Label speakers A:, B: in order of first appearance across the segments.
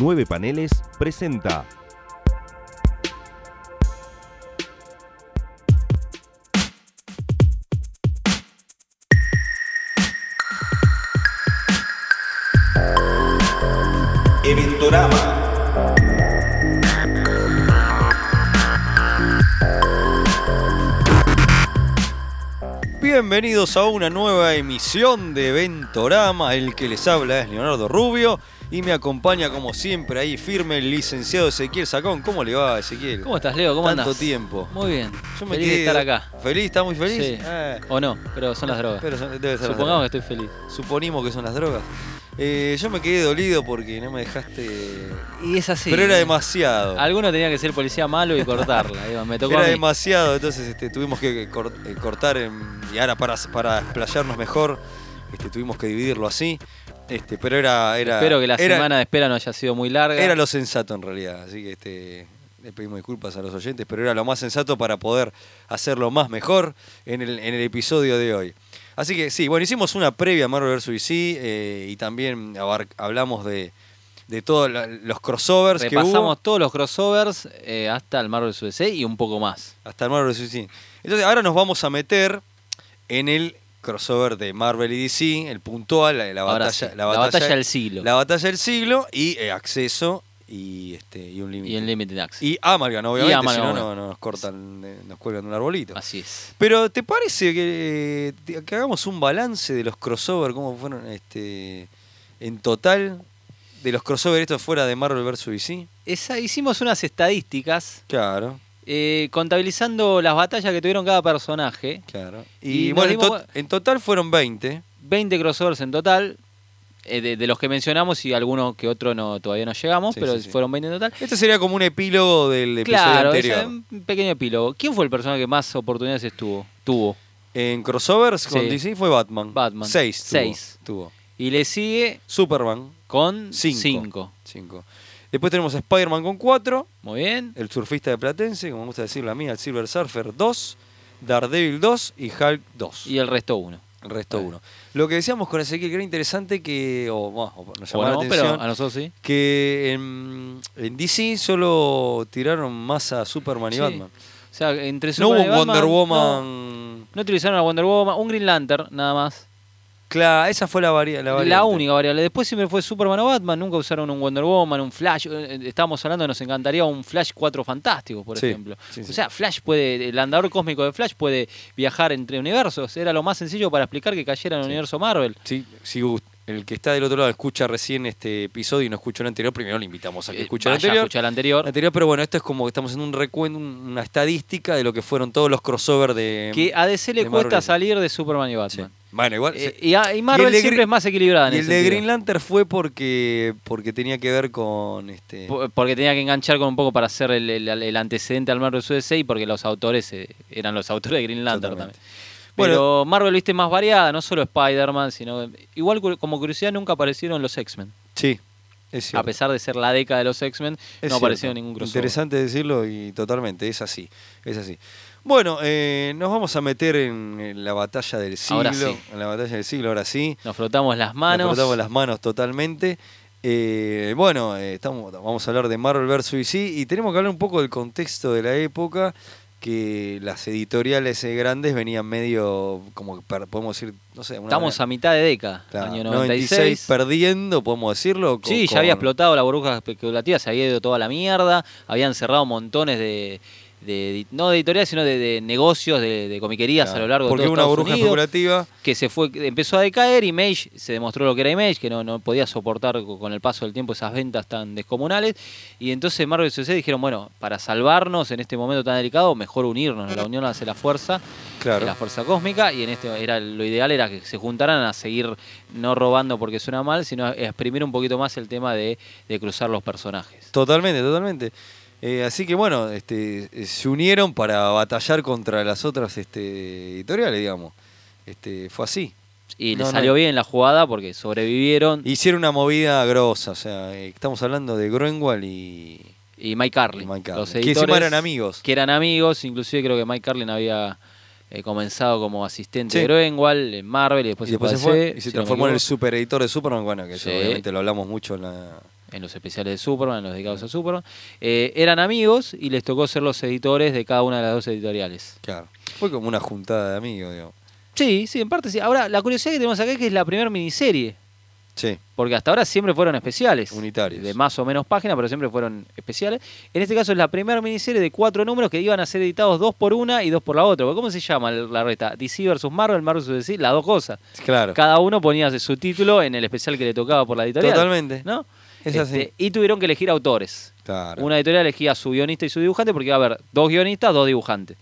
A: Nueve Paneles presenta.
B: Eventorama.
C: Bienvenidos a una nueva emisión de Ventorama. El que les habla es Leonardo Rubio y me acompaña como siempre ahí firme el licenciado Ezequiel Sacón. ¿Cómo le va Ezequiel?
D: ¿Cómo estás, Leo? ¿Cómo
C: Tanto
D: andás?
C: tiempo.
D: Muy bien.
C: Yo
D: feliz de estar acá.
C: ¿Feliz? ¿Estás muy feliz?
D: Sí.
C: Eh,
D: O no, pero son las drogas.
C: pero son- debe ser las
D: Supongamos que estoy feliz.
C: drogas. Suponimos que son las drogas. Eh, yo me quedé dolido porque no me dejaste...
D: Y es así.
C: Pero era demasiado.
D: Alguno tenía que ser policía malo y cortarla. Eva, me tocó
C: Era
D: a mí.
C: demasiado, entonces este, tuvimos que cor- eh, cortar en- y ahora para, para explayarnos mejor, este, tuvimos que dividirlo así. Este, pero era, era
D: Espero que la
C: era-
D: semana de espera no haya sido muy larga.
C: era lo sensato en realidad, así que este, le pedimos disculpas a los oyentes, pero era lo más sensato para poder hacerlo más mejor en el, en el episodio de hoy. Así que sí, bueno, hicimos una previa a Marvel vs. DC eh, y también abar- hablamos de, de todos la- los crossovers que hubo.
D: Repasamos todos los crossovers eh, hasta el Marvel DC y un poco más.
C: Hasta el Marvel vs. DC. Entonces, ahora nos vamos a meter en el crossover de Marvel y DC, el puntual, la, la
D: Ahora
C: batalla,
D: sí, la batalla del siglo.
C: La batalla del siglo y eh, acceso y, este, y un límite.
D: Y en Limited Access.
C: Y Amalgam, obviamente, si
D: Amalgam,
C: no, no,
D: obvio.
C: no nos cortan, eh, nos cuelgan de un arbolito.
D: Así es.
C: Pero, ¿te parece que, eh, te- que hagamos un balance de los crossover, cómo fueron este, en total, de los crossover estos fuera de Marvel vs. DC?
D: Esa, hicimos unas estadísticas
C: Claro,
D: eh, contabilizando las batallas que tuvieron cada personaje.
C: claro.
D: Y
C: Y,
D: nos
C: bueno, en,
D: dimos
C: to- en total fueron 20.
D: 20 crossovers en total, eh, de, de los que mencionamos y algunos que otro no, todavía no llegamos,
C: Sí,
D: pero
C: sí, sí.
D: fueron 20 en total.
C: Este sería como un epílogo del episodio
D: claro, ese
C: anterior.
D: es un pequeño epílogo. ¿Quién fue el personaje que más oportunidades estuvo? Tuvo.
C: En crossovers con
D: Sí.
C: DC fue Batman.
D: Batman.
C: Seis. tuvo-
D: Seis.
C: Tuvo.
D: Y le sigue
C: Superman.
D: con
C: Cinco.
D: 5.
C: Cinco. Después tenemos a Spider-Man con cuatro.
D: Muy bien.
C: El surfista de Platense, como me gusta decirlo a mí, el Silver Surfer 2. Daredevil 2 y Hulk 2.
D: Y el resto uno.
C: el resto uno. Lo que decíamos con Ezequiel que era interesante que. O, bueno, o nos llamó
D: O
C: la
D: no,
C: atención.
D: pero a nosotros sí.
C: Que en, en DC solo tiraron más a Superman y
D: Sí.
C: Batman.
D: O sea, entre
C: No hubo
D: Superman
C: un
D: y Batman,
C: Wonder
D: No,
C: Woman.
D: no utilizaron a Wonder Woman, un Green Lantern, nada más.
C: Claro, esa fue la, varia- la
D: La,
C: variante.
D: única variable. Después siempre fue Superman o Batman, nunca usaron un Wonder Woman, un Flash. Eh, Estábamos hablando, que nos encantaría un Flash 4 fantástico, por
C: Sí,
D: ejemplo.
C: sí, sí.
D: O sea, Flash puede, el andador cósmico de Flash puede viajar entre universos. Era lo más sencillo para explicar que cayera en el universo Marvel.
C: Sí, si gust- el que está del otro lado escucha recién este episodio y no escuchó el anterior, primero le invitamos a que
D: Eh,
C: escuche el
D: vaya a
C: anterior. Eh,
D: escuchar el anterior.
C: El anterior, pero bueno, esto es como que estamos en un recuento, un- una estadística de lo que fueron todos los crossover de.
D: Que a DC
C: de
D: le cuesta
C: Marvel.
D: salir de Superman y
C: Sí.
D: Batman.
C: Bueno, igual.
D: Eh,
C: se-
D: y, a- y Marvel
C: el de
D: siempre
C: Green-
D: es más equilibrada en
C: y el
D: ese
C: de
D: sentido.
C: Green Lantern fue porque porque tenía que ver con este
D: Po- Porque tenía que enganchar con un poco para hacer el, el- el antecedente al Marvel USA y porque los autores eh, eran los autores de Green Lantern
C: Totalmente.
D: también. Pero Marvel viste más variada, no solo Spider-Man, sino. Igual cu- como curiosidad, nunca aparecieron los X-Men.
C: sí es cierto.
D: A pesar de ser la década de los X-Men, no
C: Es
D: apareció
C: cierto.
D: ningún crossover.
C: Interesante decirlo y totalmente, es así, es así. Bueno, eh, nos vamos a meter en, en la batalla del siglo.
D: Ahora sí.
C: En la batalla del siglo, ahora sí.
D: Nos frotamos las manos.
C: Nos cortamos las manos totalmente. Eh, bueno, eh, estamos, vamos a hablar de Marvel vs. DC y tenemos que hablar un poco del contexto de la época que las editoriales eh, grandes venían medio, como que per- podemos decir, no sé, una-
D: Estamos a mitad de década,
C: claro,
D: año
C: 96
D: 96.
C: perdiendo, podemos decirlo. co-
D: Sí, ya había
C: con-
D: explotado la burbuja especulativa, se había ido toda la mierda, habían cerrado montones de, de edi- no de editoriales, sino de, de negocios, de, de comiquerías
C: claro,
D: a lo largo
C: Porque
D: de todo
C: una
D: Estados
C: burbuja
D: Unidos,
C: especulativa.
D: que se fue, que empezó a decaer, Image se demostró lo que era Image, que no, no podía soportar co- con el paso del tiempo esas ventas tan descomunales, y entonces Marvel y CC dijeron, bueno, para salvarnos en este momento tan delicado, mejor unirnos, la unión hace la fuerza,
C: Claro.
D: la fuerza cósmica y en este era lo ideal era que se juntaran a seguir no robando porque suena mal sino a exprimir un poquito más el tema de, de cruzar los personajes
C: Totalmente, totalmente. Eh, así que bueno, este, eh, se unieron para batallar contra las otras este, editoriales, digamos. Este, fue así.
D: y
C: No,
D: les
C: no.
D: salió bien la jugada porque sobrevivieron y,
C: Hicieron una movida grosa, o sea, eh, estamos hablando de Groenwald y...
D: Mike Carlin
C: Y Mike Carlin,
D: los
C: que encima
D: editores
C: eran amigos.
D: que eran amigos inclusive creo que Mike Carlin había eh, comenzado como asistente
C: Sí.
D: de Groenwald en Marvel y después,
C: y después se
D: Pues fue a
C: fue
D: DC,
C: y se
D: si no me
C: transformó en el
D: equivoco.
C: super editor de Superman, bueno, que eso
D: Sí.
C: obviamente lo hablamos mucho en la,
D: en los especiales de Superman, en los dedicados a Superman, eh, eran amigos y les tocó ser los editores de cada una de las dos editoriales.
C: Claro. Fue como una juntada de amigos, digamos.
D: Sí, sí, en parte sí. Ahora, la curiosidad que tenemos acá es que es la primera miniserie,
C: Sí.
D: porque hasta ahora siempre fueron especiales.
C: Unitarios.
D: De más o menos páginas, pero siempre fueron especiales. En este caso es la primera miniserie de cuatro números que iban a ser editados dos por una y dos por la otra. Porque ¿Cómo se llama la reta? DC versus Marvel, Marvel versus DC, las dos cosas.
C: Claro.
D: Cada uno ponía su título en el especial que le tocaba por la editorial.
C: Totalmente.
D: ¿No? Este,
C: Es así.
D: Y tuvieron que elegir autores.
C: Claro.
D: Una editorial elegía a su guionista y su dibujante porque iba a haber dos guionistas, dos dibujantes.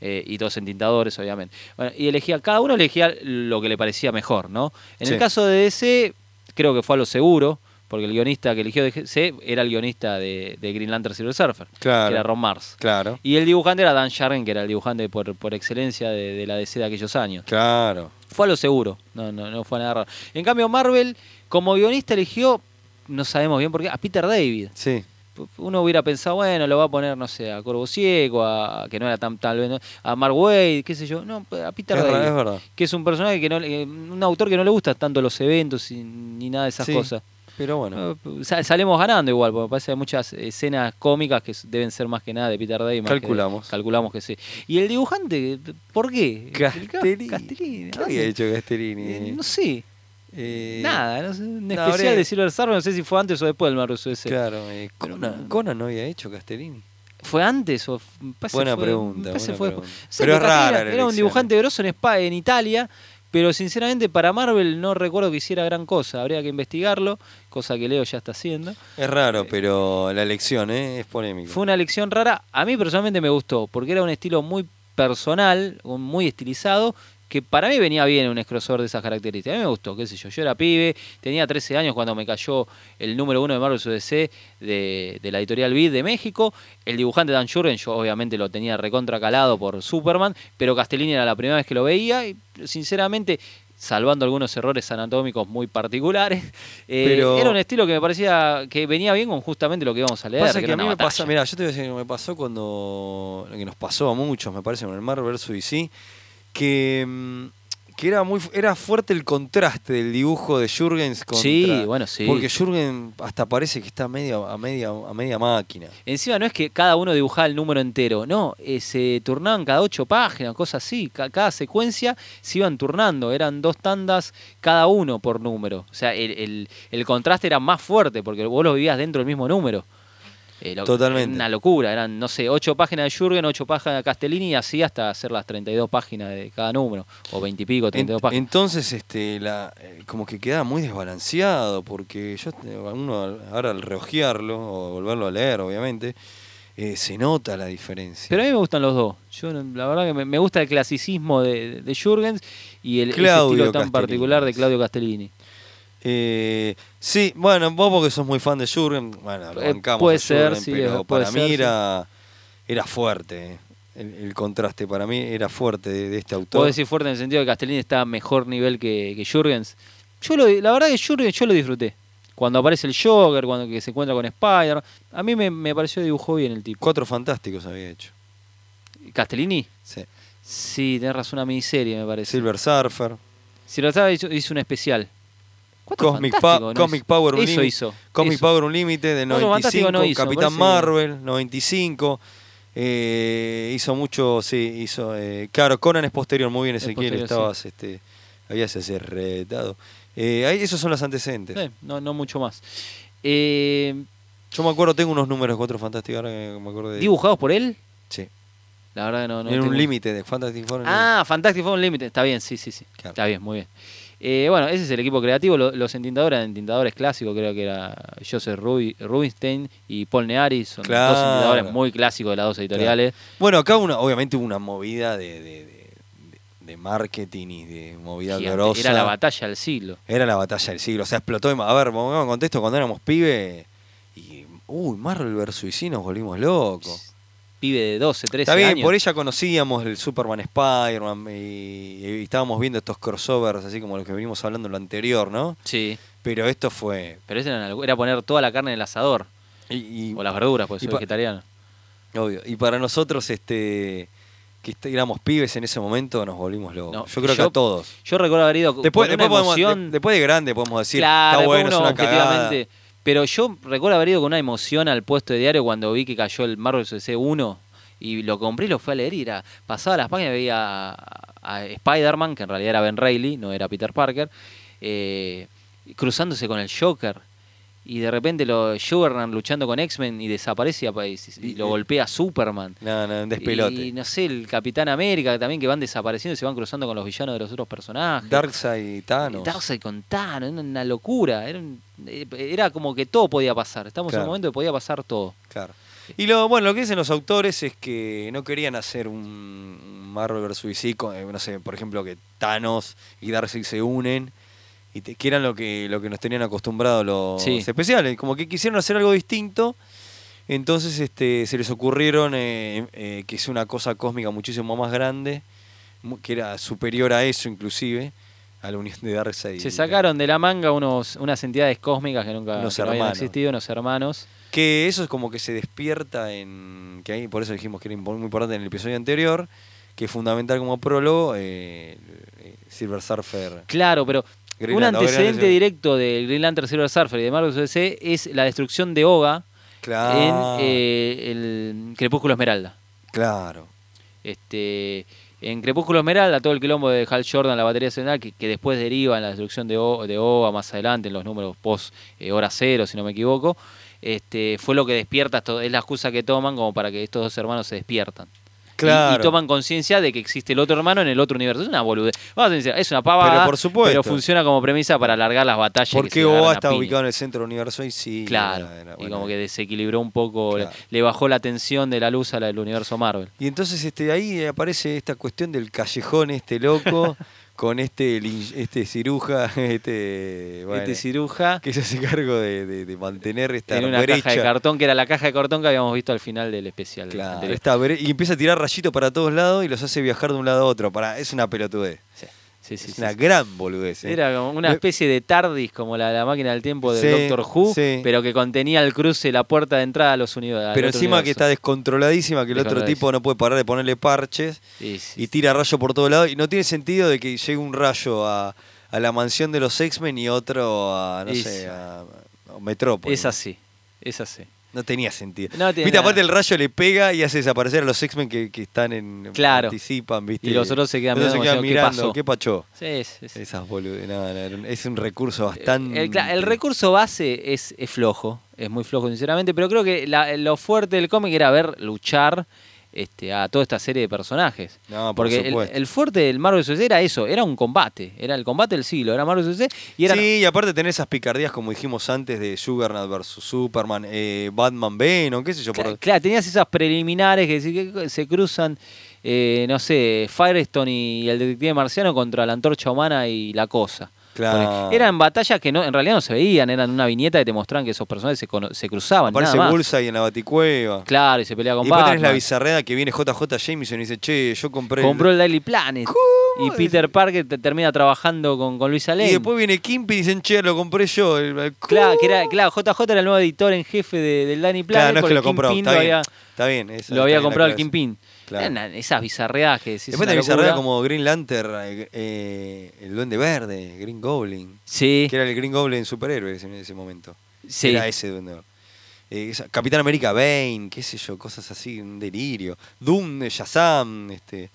D: Eh, y dos entintadores, obviamente. Bueno, y elegía, cada uno elegía lo que le parecía mejor, ¿no? En
C: Sí.
D: el caso de DC, creo que fue a lo seguro, porque el guionista que eligió DC era el guionista de, de Green Lantern Silver Surfer,
C: Claro.
D: que era Ron Mars.
C: Claro.
D: Y el dibujante era Dan Sharren, que era el dibujante por, por excelencia de, de la DC de aquellos años.
C: Claro.
D: Fue a lo seguro, no, no, no fue nada raro. En cambio, Marvel, como guionista, eligió, no sabemos bien por qué, a Peter David
C: Sí.
D: uno hubiera pensado, bueno, lo va a poner, no sé, a Corvo Ciego, a, que no era tan tal vez, ¿no? a Mark Wade, qué sé yo, no, pues, a Peter
C: Es
D: David,
C: verdad, es verdad.
D: que es un personaje que no, le- eh, un autor que no le gusta tanto los eventos y, ni nada de esas
C: Sí.
D: cosas.
C: Pero bueno.
D: Eh, sa- Salimos ganando igual, porque me parece que hay muchas escenas cómicas que s- deben ser más que nada de Peter David. más que de-
C: Calculamos.
D: calculamos que sí. ¿Y el dibujante? ¿Por qué?
C: Castellini.
D: Castellini,
C: ¿Qué
D: ¿dónde?
C: había hecho
D: Eh,
C: Castellini?
D: no sé,
C: Eh,
D: nada, no sé, un
C: no,
D: especial
C: habría-
D: de Silver Surfer, no sé si fue antes o después del Marvel ese.
C: Claro. eh, Conan, Conan no había hecho Castellini.
D: ¿Fue antes o f- me parece
C: Buena
D: fue-
C: pregunta,
D: me parece
C: buena
D: fue-
C: pregunta.
D: sé
C: Pero
D: que
C: es rara
D: Castellini
C: la
D: Era un
C: elección,
D: dibujante grosso en, Spa- en Italia, pero sinceramente para Marvel no recuerdo que hiciera gran cosa. Habría que investigarlo, cosa que Leo ya está haciendo.
C: Es raro, pero la elección eh, es polémica.
D: Fue una elección rara. A mí personalmente me gustó, porque era un estilo muy personal, un- muy estilizado, que para mí venía bien un crossover de esas características. A mí me gustó, qué sé yo. Yo era pibe, tenía 13 años cuando me cayó el número uno de Marvel UDC de, de la editorial Vid de México. El dibujante Dan Jurgen, yo obviamente lo tenía recontracalado por Superman, pero Castellini era la primera vez que lo veía y sinceramente salvando algunos errores anatómicos muy particulares, eh,
C: Pero-
D: era un estilo que me parecía que venía bien con justamente lo que íbamos a leer.
C: Pasa
D: que
C: que
D: era
C: a mí
D: una
C: me
D: batalla.
C: pasa, mira, yo te voy a decir lo que me pasó cuando, lo que nos pasó a muchos, me parece, con el Marvel vs. DC, que, mm, que era muy fu- era fuerte el contraste del dibujo de Jurgens con
D: Sí, bueno, sí.
C: Porque Jurgen hasta parece que está medio, a, media, a media máquina.
D: Encima no es que cada uno dibujaba el número entero, no, eh, se turnaban cada ocho páginas, cosas así, Ca- cada secuencia se iban turnando, eran dos tandas cada uno por número, o sea, el, el- el contraste era más fuerte porque vos lo vivías dentro del mismo número. Eh, lo-
C: Totalmente.
D: Una locura, eran, no sé, ocho páginas de Jürgen, ocho páginas de Castellini y así hasta hacer las 32 páginas de cada número, o 20 y pico, 32
C: Ent-
D: páginas.
C: entonces, este, la, eh, como que quedaba muy desbalanceado, porque yo, eh, uno al- ahora al reojearlo, o volverlo a leer, obviamente, eh, se nota la diferencia.
D: Pero a mí me gustan los dos. Yo, no- la verdad que me, me gusta el clasicismo de, de Jürgens y el ese
C: Claudio
D: estilo
C: Castellini.
D: tan particular de Claudio Castellini.
C: Eh, sí, bueno, vos porque sos muy fan de Jurgen, bueno, lo
D: Eh,
C: bancamos
D: puede
C: a Jurgen,
D: ser, sí,
C: pero
D: eh, puede
C: para
D: ser,
C: mí
D: sí.
C: era, era fuerte eh. el, el contraste, para mí era fuerte de, de este autor.
D: Puedo decir fuerte en el sentido de que Castellini está a mejor nivel que, que Jürgens. Yo lo, la verdad que Jürgens yo lo disfruté. Cuando aparece el Joker, cuando que se encuentra con Spider. A mí me, me pareció que dibujó bien el tipo.
C: Cuatro fantásticos había hecho.
D: ¿Castellini?
C: Sí.
D: Sí, tenés razón, una miniserie me parece.
C: Silver Surfer,
D: Si lo sabes, hizo, hizo un especial. Cuatro
C: Cosmic, Pa-
D: Fantásticos, ¿no?
C: Comic Power
D: Eso
C: Unlimited,
D: hizo.
C: Comic
D: eso.
C: Power Unlimited de
D: Cuatro
C: 95,
D: fantásticos no hizo, me
C: Capitán
D: parece.
C: Marvel 95. eh, hizo mucho, sí, hizo. eh, claro, Conan es posterior, muy bien,
D: Es
C: Ezequiel,
D: posterior,
C: estabas, este, habías ese retado. Eh, ahí- esos son los antecedentes.
D: Eh, no, no mucho más. Eh,
C: Yo me acuerdo, tengo unos números cuatro fantásticos ahora que me acuerdo de.
D: ¿Dibujados por él?
C: Sí.
D: La verdad que no. no
C: Era
D: tengo-
C: un límite de Fantastic Four. en el-
D: Ah, Fantastic Four Unlimited. Está bien, sí, sí, sí.
C: Claro.
D: Está bien, muy bien. Eh, bueno, ese es el equipo creativo. Lo- Los entintadores eran entintadores clásicos, creo que era Joseph Rubi- Rubinstein y Paul Nearis. Son
C: Claro.
D: dos entintadores muy clásicos de las dos editoriales.
C: Bueno, acá una, obviamente hubo una movida de, de, de- de marketing y de movida
D: Gigante.
C: grosa.
D: Era la batalla del siglo.
C: Era la batalla del siglo. O sea, explotó. de ma- A ver, pongamos en contexto, cuando éramos pibe. Y, uy, Marvel vs. DC nos volvimos locos.
D: Pibe de 12, 13
C: Está bien,
D: años.
C: por ella conocíamos el Superman Spider-Man y, y estábamos viendo estos crossovers, así como los que venimos hablando en lo anterior, ¿no?
D: Sí,
C: Pero esto fue.
D: pero ese era, una- era poner toda la carne en el asador.
C: y- y-
D: O las verduras, porque
C: y
D: soy
C: pa-
D: vegetariano.
C: Obvio. Y para nosotros, este, que est- éramos pibes en ese momento, nos volvimos locos.
D: No,
C: yo creo que a todos.
D: Yo recuerdo haber ido
C: Después,
D: con una
C: después, podemos-
D: emoción.
C: de, después de grande podemos decir, está
D: claro, después
C: bueno, es
D: uno
C: una cagada.
D: objetivamente Pero yo recuerdo haber ido con una emoción al puesto de diario cuando vi que cayó el Marvel CC 1 y lo compré y lo fui a leer y era, pasaba las páginas y veía a, a Spider-Man, que en realidad era Ben Reilly, no era Peter Parker, eh, cruzándose con el Joker. Y de repente lo Juggernaut luchando con X-Men y desaparece y, apa- y- y lo
C: Y-
D: golpea Superman.
C: No, no, un despelote.
D: Y no sé, el Capitán América también que van desapareciendo y se van cruzando con los villanos de los otros personajes.
C: Darkseid y Thanos.
D: Darkseid con Thanos, era una locura. Era, un- eh, era como que todo podía pasar. Estamos en
C: Claro.
D: un momento que podía pasar todo.
C: Claro. Y lo, bueno, lo que dicen los autores es que no querían hacer un Marvel vs. DC, con, eh, no sé, por ejemplo, que Thanos y Darcy se unen y te, que eran lo que, lo que nos tenían acostumbrados los
D: Sí.
C: especiales. Como que quisieron hacer algo distinto, entonces este, se les ocurrieron eh, eh, que es una cosa cósmica muchísimo más grande, mu- que era superior a eso inclusive, a la unión de Darcy.
D: Se sacaron de la manga unos, unas entidades cósmicas que nunca
C: Unos
D: que no habían
C: hermanos.
D: existido, unos hermanos.
C: Que eso es como que se despierta en. que ahí por eso dijimos que era impo- muy importante en el episodio anterior, que es fundamental como prólogo, eh, eh, Silver Surfer.
D: Claro, pero
C: Green
D: un
C: Lantern, ahora Green
D: antecedente
C: Lantern.
D: directo de Green Lantern Silver Surfer y de Marvel DC es la destrucción de Oga
C: Claro.
D: en eh, el Crepúsculo Esmeralda.
C: Claro.
D: Este, en Crepúsculo Esmeralda, todo el quilombo de Hal Jordan, la batería nacional, que, que después deriva en la destrucción de, O- de OVA más adelante, en los números post eh, hora cero, si no me equivoco, este, fue lo que despierta, esto- es la excusa que toman como para que estos dos hermanos se despiertan. Y-
C: Claro.
D: Y, toman conciencia de que existe el otro hermano en el otro universo. Es una boludez. Vamos a ser sinceros, es una pavada.
C: Pero por supuesto.
D: pero funciona como premisa para alargar las batallas. que se
C: Porque
D: agarran
C: Oa
D: a
C: está
D: piña.
C: ubicado en el centro del universo y sí.
D: Claro.
C: era- era-
D: y
C: bueno.
D: como que desequilibró un poco, le-
C: Claro.
D: le bajó la tensión de la luz a la del universo Marvel.
C: Y entonces este, ahí aparece esta cuestión del callejón, este loco, con este, lin- este ciruja, este. bueno,
D: Este ciruja.
C: que se hace cargo de, de- de mantener esta
D: Tiene una caja de
C: brecha.
D: cartón que era la caja de cartón que habíamos visto al final del especial.
C: Claro,
D: anterior.
C: está bre- y empieza a tirar rayitos para todos lados y los hace viajar de un lado a otro. Para, es una pelotudez.
D: Sí, sí, sí,
C: es
D: sí,
C: una
D: sí.
C: gran boludez. ¿eh?
D: Era como una
C: Me-
D: especie de TARDIS, como la, la máquina del tiempo de
C: Sí,
D: Doctor Who,
C: sí.
D: pero que contenía al cruce la puerta de entrada a los universos.
C: Pero encima que está descontroladísima, que el otro
D: Descontroladísima.
C: tipo no puede parar de ponerle parches y tira rayo por todos lados. Y no tiene sentido de que llegue un rayo a, a la mansión de los X-Men y otro a, no
D: Y sí.
C: sé, a, a Metrópolis.
D: Es así, es así.
C: No tenía sentido.
D: No tiene
C: Viste, aparte
D: nada.
C: el rayo le pega y hace desaparecer a los X-Men que, que están en.
D: Claro.
C: Participan, ¿viste?
D: Y los otros se quedan
C: Los otros
D: mirando como diciendo, ¿qué pasó?
C: ¿Qué pacho?
D: Sí, sí, sí.
C: Esas bolude- no, no, era un- es un recurso bastante.
D: Eh, El, cla- el recurso base es, es flojo, es muy flojo, sinceramente, pero creo que la- lo fuerte del cómic era ver luchar este, a toda esta serie de personajes.
C: No, por
D: Porque el,
C: supuesto.
D: el fuerte del Marvel Suicide era eso, era un combate, era el combate del siglo, era Marvel Suicide y era...
C: Sí, y aparte tener esas picardías, como dijimos antes, de Juggernaut versus Superman, eh, Batman Venom, qué sé yo.
D: Cla-
C: Por...
D: Claro, tenías esas preliminares que, decís que se cruzan, eh, no sé, Firestone y el detective marciano contra la antorcha humana y la cosa.
C: Claro.
D: Porque Eran batallas que no, en realidad no se veían, eran una viñeta que te mostraban que esos personajes se, cono- se cruzaban.
C: Aparece
D: nada más.
C: Bullseye en la Baticueva.
D: Claro, y se pelea con
C: y después tenés la
D: Batman.
C: bizarreda que viene JJ Jameson y dice, che, yo compré.
D: Compró el Daily Planet.
C: ¿Cómo?
D: Y Peter Parker te- termina trabajando con, con Luis Lane.
C: Y después viene Kimpy y dicen, che, lo compré yo. El- el-
D: Claro, que era, claro, JJ era el nuevo editor en jefe de- del Daily Planet.
C: Claro, no es
D: porque
C: que lo compró.
D: Kingpin
C: Está
D: lo
C: bien.
D: había,
C: Está bien, esa-
D: lo
C: está bien
D: había
C: la
D: comprado el
C: aclaración.
D: Kingpin.
C: Claro.
D: Eran esas bizarreadas que decís,
C: Después
D: una
C: tenés bizarredas
D: locura.
C: como Green Lantern, eh, eh, el Duende Verde, Green Goblin.
D: Sí,
C: Que era el Green Goblin superhéroe en ese momento.
D: Sí.
C: Era este. ese duende. Eh, esa- Capitán América Bane, qué sé yo, cosas así, un delirio. Doom, eh, Shazam, este,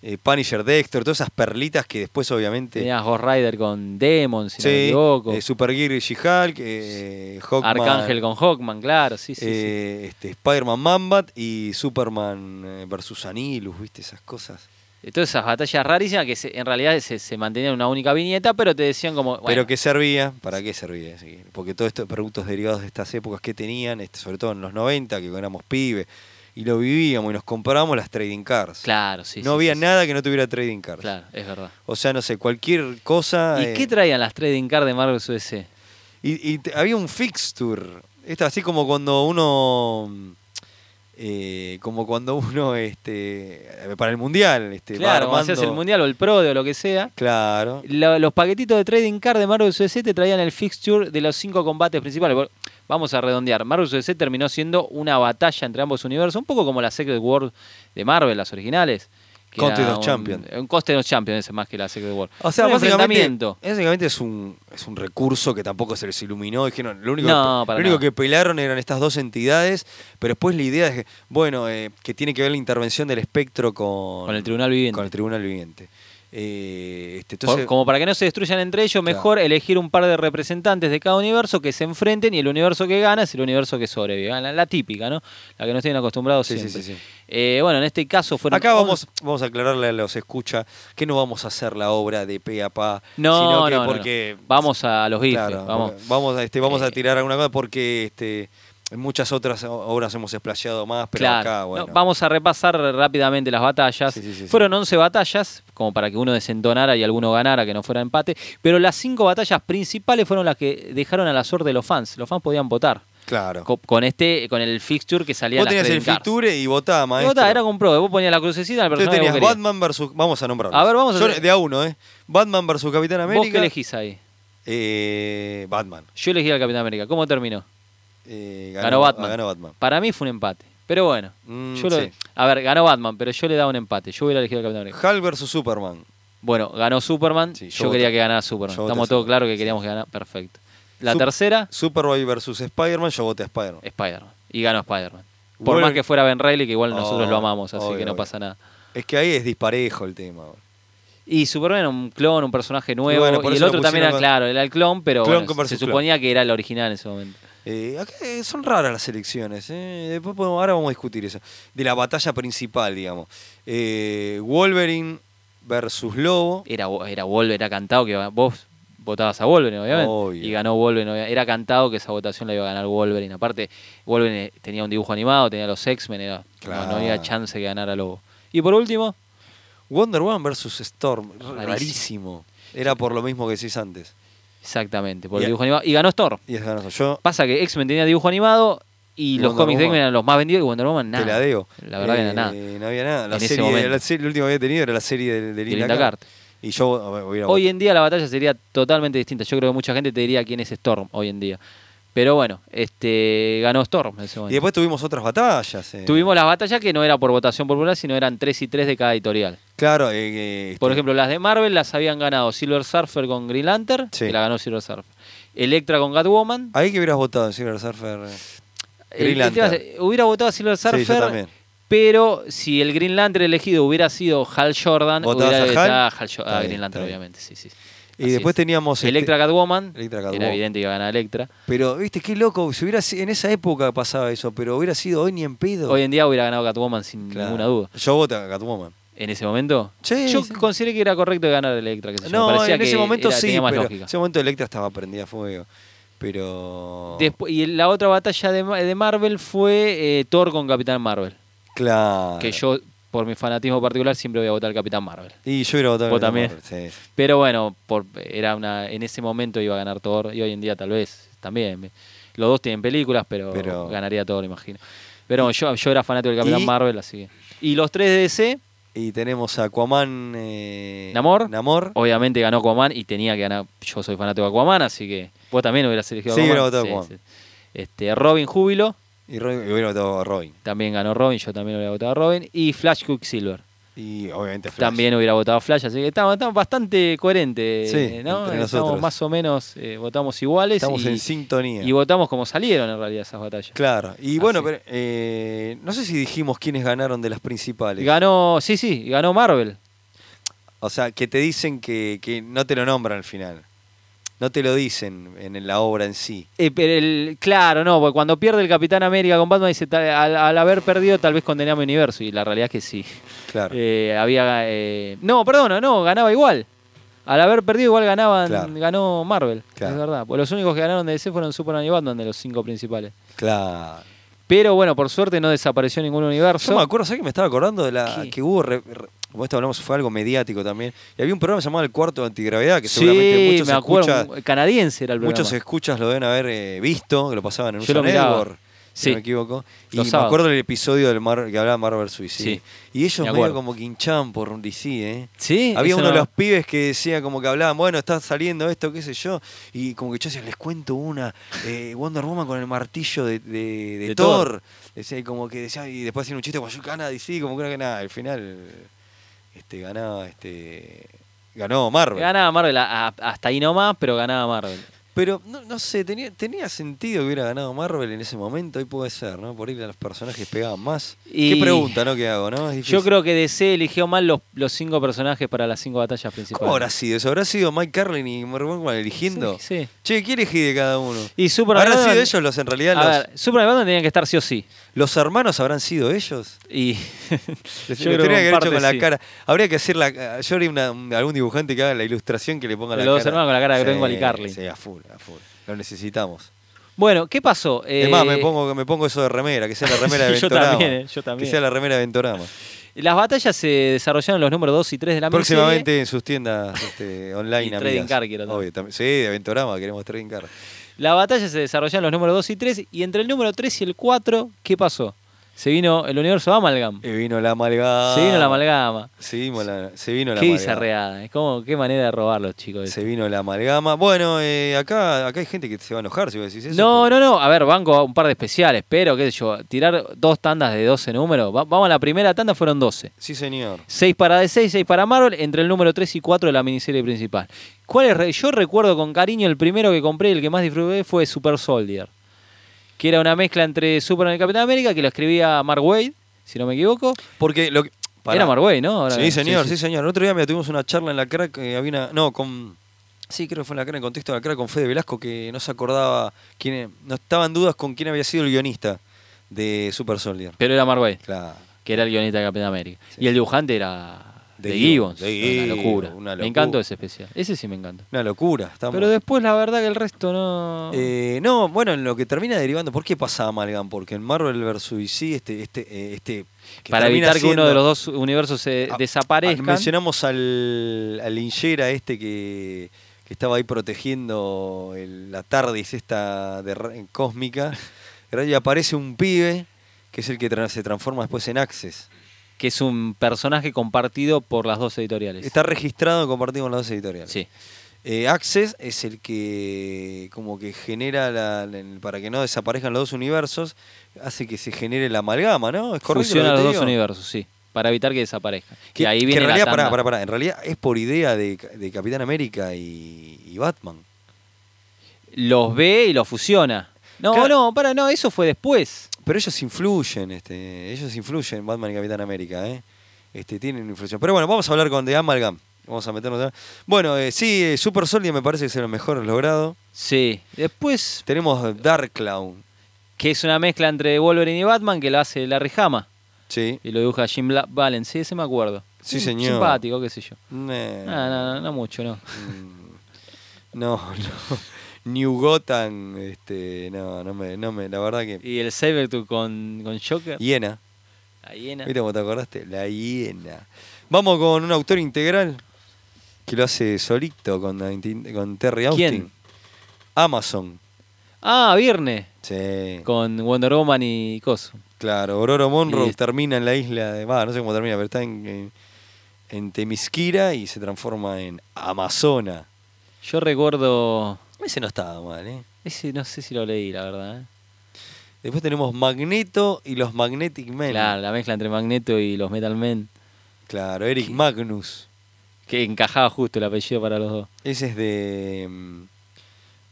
C: eh, Punisher Dexter, todas esas perlitas que después obviamente...
D: tenías Ghost Rider con Demon, si
C: sí,
D: no me equivoco.
C: eh, Super Gear y She-Hulk, eh, Hawkman,
D: Arcángel con Hawkman, claro, sí, sí. sí.
C: eh, este, Spider-Man Mambat y Superman eh, versus Anilus, viste, esas cosas.
D: Y Todas esas batallas rarísimas que se- en realidad se, se mantenían en una única viñeta, pero te decían como. bueno,
C: Pero que servía, ¿para qué servía? Sí, Porque todos estos productos derivados de estas épocas que tenían, este, sobre todo en los 90, que éramos pibes, y lo vivíamos y nos comprábamos las trading cards.
D: Claro, sí.
C: no
D: sí,
C: había
D: sí, sí.
C: nada que no tuviera trading cards.
D: Claro, es verdad.
C: O sea, no sé, cualquier cosa.
D: ¿Y
C: eh,
D: qué traían las trading card de Marvel USC?
C: y, y te- había un fixture. Esto así como cuando uno. eh, como cuando uno este para el mundial este va
D: Claro, cuando hacías el
C: armando-
D: mundial o el pro o lo que sea.
C: claro
D: lo- los paquetitos de trading card de Marvel USC te traían el fixture de los cinco combates principales. Bueno, Vamos a redondear. Marvel USC terminó siendo una batalla entre ambos universos, un poco como la Secret World de Marvel, las originales. que
C: Content
D: era
C: of
D: un-
C: Champion.
D: Un coste de los Champions, ese más que la Secret War.
C: O sea,
D: Un
C: básicamente,
D: enfrentamiento.
C: básicamente es, un, es un recurso que tampoco se les iluminó. Dijeron, lo único,
D: No,
C: que,
D: para
C: lo único
D: nada.
C: que pelaron eran estas dos entidades, pero después la idea es que, bueno, eh, que tiene que ver la intervención del espectro con,
D: Con el Tribunal Viviente.
C: con el Tribunal Viviente. Eh, este,
D: Por-
C: entonces,
D: como para que no se destruyan entre ellos,
C: Claro.
D: mejor elegir un par de representantes de cada universo que se enfrenten y el universo que gana es el universo que sobrevive. Ah, La, la típica, ¿no? La que nos tienen acostumbrados
C: Sí, sí,
D: siempre.
C: sí, sí.
D: Eh, bueno, en este caso fueron.
C: acá vamos, vamos a aclararle a los escucha que no vamos a hacer la obra de pe a pa,
D: No,
C: sino que
D: no, no, no.
C: porque
D: Vamos a los bifes.
C: Claro,
D: vamos.
C: porque vamos a, este, vamos a
D: Eh,
C: tirar alguna cosa porque este, en muchas otras o- obras hemos explayado más, pero
D: Claro.
C: acá,
D: No,
C: bueno.
D: vamos a repasar rápidamente las batallas.
C: Sí, sí, sí, sí.
D: Fueron 11 batallas, como para que uno desentonara y alguno ganara, que no fuera empate. Pero las cinco batallas principales fueron las que dejaron a la suerte de los fans. Los fans podían votar.
C: Claro.
D: Co- Con este, con el fixture que salía
C: Vos
D: en las
C: tenías el
D: trading cards.
C: Fiture y votaba,
D: Y
C: maestro.
D: vos ta, era con pro, vos ponías la crucecita al
C: Entonces
D: personaje
C: tenías
D: que vos querías.
C: Batman versus... Vamos a nombrarlos.
D: A ver, vamos a
C: Yo
D: hacer-
C: De a uno, ¿eh? Batman versus Capitán América.
D: ¿Vos qué elegís ahí?
C: Eh, Batman.
D: Yo elegí al Capitán América. ¿Cómo terminó?
C: Eh,
D: Ganó, Batman.
C: Ganó Batman.
D: Para mí fue un empate. Pero bueno.
C: Mm,
D: yo lo-
C: sí.
D: A ver, ganó Batman, pero yo le daba un empate. Yo hubiera elegido al Capitán América.
C: Hulk versus Superman.
D: Bueno, ganó Superman.
C: Sí, yo
D: yo
C: voté-
D: quería que ganara
C: yo
D: Superman.
C: voté Superman,
D: Estamos todos claros que
C: sí.
D: queríamos que ganara. Perfecto. La
C: Sup-
D: tercera,
C: Superboy versus Spider-Man. Yo voté a Spider-Man.
D: Spider-Man. Y ganó Spider-Man. Por
C: Wolverine-
D: más que fuera Ben Reilly, que igual nosotros
C: Oh,
D: lo amamos, así
C: obvio,
D: que no
C: obvio.
D: pasa nada.
C: Es que ahí es disparejo el tema.
D: Y Superman era un clon, un personaje nuevo.
C: bueno, por
D: y el
C: eso lo
D: otro también era,
C: pusieron con-
D: claro, era el clon, pero
C: Clon
D: bueno,
C: con versus
D: se
C: clon.
D: suponía que era el original en ese momento.
C: Eh, acá, eh, son raras las elecciones. eh. Después podemos- ahora vamos a discutir eso. De la batalla principal, digamos. Eh, Wolverine versus Lobo.
D: Era, Wo- era Wolverine, era cantado que iba- vos votabas a Wolverine, obviamente.
C: Obvio.
D: Y ganó Wolverine. obvia- Era cantado que esa votación la iba a ganar Wolverine. Aparte, Wolverine tenía un dibujo animado, tenía los X-Men, era- no- no, había
C: Claro.
D: chance que ganara Lobo. Y por último,
C: Wonder Woman versus Storm. r- Rarísimo.
D: Rarísimo.
C: Era por lo mismo que decís antes.
D: exactamente, por
C: Y-
D: el dibujo animado. Y ganó Thor.
C: Y es ganoso. Yo
D: Pasa que X-Men tenía dibujo animado y los
C: Wonder
D: cómics de
C: Woman.
D: X-Men eran los más vendidos y Wonder Woman nada.
C: te la deo.
D: La verdad que
C: Eh,
D: era nada.
C: No había nada. La
D: En ese
C: serie,
D: momento.
C: la serie, la última que había tenido era la serie de, de Linda,
D: Linda
C: Carter.
D: Carter.
C: Y yo a ver, hubiera
D: Hoy en día la batalla sería totalmente distinta. Yo creo que mucha gente te diría quién es Storm hoy en día. Pero bueno, este ganó Storm en ese
C: votado.
D: momento.
C: Y después tuvimos otras batallas. eh.
D: Tuvimos las batallas que no era por votación popular, sino eran 3 y 3 de cada editorial.
C: Claro. eh, eh,
D: Por
C: este,
D: ejemplo, las de Marvel las habían ganado Silver Surfer con Green Lantern,
C: Sí.
D: que la ganó Silver Surfer. Electra con Catwoman.
C: Ahí que hubieras votado en Silver Surfer. eh. Green
D: El- el tema
C: Lantern.
D: es, hubiera votado a Silver
C: Sí, yo
D: Surfer,
C: también.
D: pero si el Green Lantern elegido hubiera sido Hal Jordan,
C: ¿Votabas
D: hubiera
C: a Hal?
D: votado a, Hal Jo- a
C: Está bien,
D: Green Lantern,
C: está bien.
D: obviamente. Sí, sí.
C: Y
D: Así
C: después
D: es.
C: teníamos, este,
D: Electra Catwoman.
C: Electra Catwoman.
D: Era evidente que iba a ganar Electra.
C: Pero, viste, qué loco. Si hubiera si- en esa época pasaba eso, pero hubiera sido hoy ni en pedo.
D: Hoy en día hubiera ganado Catwoman sin
C: Claro.
D: ninguna duda.
C: Yo voto a Catwoman.
D: En ese momento,
C: Sí,
D: yo
C: sí.
D: consideré que era correcto ganar Electra. Que
C: No, en ese momento sí,
D: tenía más
C: pero en
D: lógica.
C: ese momento Electra estaba prendida a fuego. Pero.
D: Despu- y la otra batalla de, Ma- de Marvel fue eh, Thor con Capitán Marvel.
C: Claro.
D: Que yo, por mi fanatismo particular, siempre voy a votar al Capitán Marvel.
C: Y yo hubiera votado
D: Vos
C: a Capitán
D: también.
C: Marvel, sí, sí.
D: Pero bueno, por, era una en ese momento iba a ganar Thor y hoy en día tal vez también. Los dos tienen películas, pero,
C: Pero-
D: ganaría Thor, imagino. Pero bueno, yo, yo era fanático del Capitán
C: Y-
D: Marvel, así que. Y los tres de DC,
C: Y tenemos a Aquaman. eh,
D: Namor.
C: Namor.
D: obviamente ganó Aquaman y tenía que ganar. Yo soy fanático de Aquaman, así que vos también hubieras elegido
C: Sí,
D: Aquaman.
C: hubiera votado Aquaman.
D: Este, Robin Júbilo,
C: Y, Robin- y hubiera votado a Robin.
D: también ganó Robin, yo también hubiera votado a Robin. Y Flash Quicksilver,
C: Y obviamente Flash.
D: también hubiera votado a Flash, así que estamos, estamos bastante coherentes,
C: Sí,
D: ¿no?
C: entre
D: Estamos
C: nosotros.
D: más o menos, eh, votamos iguales.
C: Estamos
D: y,
C: en sintonía.
D: y votamos como salieron en realidad esas batallas.
C: Claro. Y
D: Así.
C: bueno, pero, eh, no sé si dijimos quiénes ganaron de las principales.
D: Ganó, sí, sí, ganó Marvel.
C: O sea, que te dicen que, que no te lo nombran al final. No te lo dicen en la obra en sí.
D: Eh, pero el, claro, no, porque cuando pierde el Capitán América con Batman, dice, tal- al, al haber perdido tal vez condenamos universo. Y la realidad es que sí.
C: Claro.
D: Eh, había eh, no perdona no ganaba igual al haber perdido igual ganaban
C: Claro.
D: ganó Marvel
C: Claro.
D: es verdad porque los únicos que ganaron de DC fueron Superman y Batman de los cinco principales
C: Claro.
D: pero bueno por suerte no desapareció ningún universo
C: Yo me acuerdo, ¿sabes que me estaba acordando de la
D: ¿Qué?
C: que hubo, re- re- como esto hablamos, fue algo mediático también. Y había un programa llamado El Cuarto de Antigravedad, que
D: sí
C: seguramente muchos
D: me acuerdo
C: escuchas,
D: un- canadiense era el programa
C: muchos escuchas lo deben haber eh, visto, que lo pasaban en un
D: Yo lo miraba.
C: Network, si
D: Sí.
C: no me equivoco. Y
D: Los
C: me
D: sábados.
C: acuerdo del episodio del Mar, que hablaba Marvel Suicide.
D: Sí.
C: Y ellos
D: Me
C: medio
D: acuerdo.
C: como que hinchaban por un DC, ¿eh?
D: sí
C: Había
D: eso
C: uno
D: no-
C: de los pibes que decía como que hablaban, bueno, está saliendo esto, qué sé yo, y como que yo decía, les cuento una, eh, Wonder Woman con el martillo de, de- de
D: De
C: Thor.
D: Thor.
C: Decía, y como que decía, y después hacían un chiste con Yucana, y sí, como que no, que nada, al final este, ganaba este, ganó Marvel.
D: Ganaba Marvel, a- a- hasta ahí nomás, pero ganaba Marvel.
C: Pero no, no sé, tenía, tenía sentido que hubiera ganado Marvel en ese momento, ahí puede ser, ¿no? Por ahí los personajes pegaban más.
D: Y-
C: ¿Qué pregunta, no? ¿Qué hago, no? Es difícil.
D: Yo creo que DC eligió mal los, los cinco personajes para las cinco batallas principales.
C: ¿Cómo habrá sido eso? ¿Habrá sido Mike Carlin y Mark Wahlberg eligiendo?
D: Sí, sí.
C: Che, ¿qué elegí de cada uno?
D: Y Superman.
C: ¿Habrán sido ellos los, en realidad,
D: A
C: los,
D: ver, Superman y Batman tenían que estar sí o sí.
C: los hermanos habrán sido ellos?
D: Y
C: Les,
D: yo
C: les tenía
D: creo en
C: que haber hecho
D: parte
C: con la
D: sí.
C: cara. Habría que hacer la. eh, Yo haría una- un- algún dibujante que haga la ilustración que le ponga
D: De
C: la
D: los
C: cara.
D: dos hermanos con la cara de Greenwald y
C: Sí,
D: Carlin.
C: Sí, a full, a full. Lo necesitamos.
D: Bueno, ¿qué pasó?
C: es más,
D: Eh,
C: me pongo, me pongo eso de remera, que sea la remera de
D: Yo
C: Ventorama.
D: también, eh, yo también.
C: Que sea la remera de Ventorama.
D: Las batallas se desarrollaron en los números 2 y 3 de la miniserie.
C: Próximamente en sus tiendas este, online.
D: Y
C: amigas.
D: trading card quiero también.
C: Obvio, también. Sí, de Ventorama, queremos trading card.
D: La batalla se desarrolló en los números 2 y 3 y entre el número 3 y el 4, ¿qué pasó? Se vino el universo Amalgam.
C: Y Eh, vino la amalgama.
D: Se vino la amalgama.
C: Se Ah. vino la, se vino la
D: Qué
C: amalgama.
D: bizarreada. Es como, qué manera de robar los chicos.
C: Se vino la amalgama. Bueno, eh, acá, acá hay gente que se va a enojar si vos decís eso.
D: No,
C: porque-
D: no, no. A ver, banco a un par de especiales, pero qué sé yo, tirar dos tandas de 12 números. Va- vamos a la primera tanda, fueron 12.
C: Sí, señor.
D: 6 para DC, 6 para Marvel, entre el número 3 y 4 de la miniserie principal. ¿Cuál es? re- Yo recuerdo con cariño el primero que compré y el que más disfruté fue Super Soldier. Que era una mezcla entre Superman y Capitán América, que lo escribía Mark Wade, si no me equivoco.
C: Porque lo que- pará.
D: Era Mark Wade, ¿no? Ahora-
C: Sí, señor, sí, señor. El otro día mira, tuvimos una charla en la crack, eh, había una. No, con. Sí, creo que fue en la crack, en contexto de la crack, con Fede Velasco, que no se acordaba quién. e- No estaban dudas con quién había sido el guionista de Super Soldier.
D: Pero era Mark Wade,
C: Claro.
D: que era el guionista de Capitán América. Y el dibujante era
C: De
D: de,
C: Gibbons,
D: Gibbons.
C: de
D: una,
C: Gibbons,
D: locura.
C: una locura.
D: Me encantó ese especial. Ese sí me encanta.
C: Una locura. estamos-
D: Pero después la verdad que el resto no...
C: Eh, no, bueno, en lo que termina derivando, ¿por qué pasa Amalgam? Porque en Marvel vs. DC, este, este, eh, este que
D: para
C: termina
D: evitar que uno
C: siendo-
D: de los dos universos se
C: Ah, ah,
D: desaparezca.
C: Mencionamos al, al linchera este que, que estaba ahí protegiendo el- la TARDIS esta de, ra- cósmica. Y aparece un pibe que es el que tra- se transforma después en Access.
D: que es un personaje compartido por las dos editoriales.
C: Está registrado y compartido con las dos editoriales.
D: Sí.
C: Eh, Access es el que como que genera la- la- el- para que no desaparezcan los dos universos, hace que se genere la amalgama, ¿no? Es correcto.
D: Fusiona
C: lo que te
D: los dos
C: digo?
D: universos, sí. Para evitar que desaparezca.
C: Que,
D: y ahí
C: que
D: viene
C: en realidad,
D: la
C: pará,
D: tanda.
C: pará, pará, en realidad es por idea de, de Capitán América y, y Batman.
D: Los ve y los fusiona. No,
C: Claro.
D: no, para, no, eso fue después.
C: Pero ellos influyen, este, ellos influyen, Batman y Capitán América, ¿eh? Este, tienen influencia. Pero bueno, vamos a hablar con The Amalgam. Vamos a meternos. en- Bueno, eh, sí, eh, Super Soldier me parece que es lo mejor logrado.
D: Sí. Después,
C: Tenemos Dark Clown.
D: que es una mezcla entre Wolverine y Batman que lo hace Larry Hama.
C: Sí.
D: Y lo dibuja Jim Bla- Valen, sí, ese me acuerdo.
C: Sí,
D: Mm,
C: señor.
D: Simpático, qué sé yo.
C: Ne.
D: No, no, no, no mucho, no.
C: Mm. No, no. New Gotham, este, no, no me, no me, la verdad que.
D: Y el Sabertooth con, con Joker.
C: Hiena.
D: La hiena.
C: ¿Viste cómo te acordaste? La hiena. Vamos con un autor integral que lo hace solito con, Antin- con Terry Austin.
D: ¿Quién?
C: Amazon.
D: Ah, Viernes.
C: Sí.
D: Con Wonder Woman y Coso.
C: Claro, Ororo Monroe
D: Y-
C: termina en la isla de. Va, no sé cómo termina, pero está en, en, en Temisquira y se transforma en Amazona.
D: Yo recuerdo.
C: Ese no estaba mal, ¿eh?
D: Ese no sé si lo leí, la verdad. ¿eh?
C: Después tenemos Magneto y los Magnetic Men.
D: Claro, la mezcla entre Magneto y los Metal Men.
C: Claro, Eric Magnus.
D: Que encajaba justo el apellido para los dos.
C: Ese es de. mm,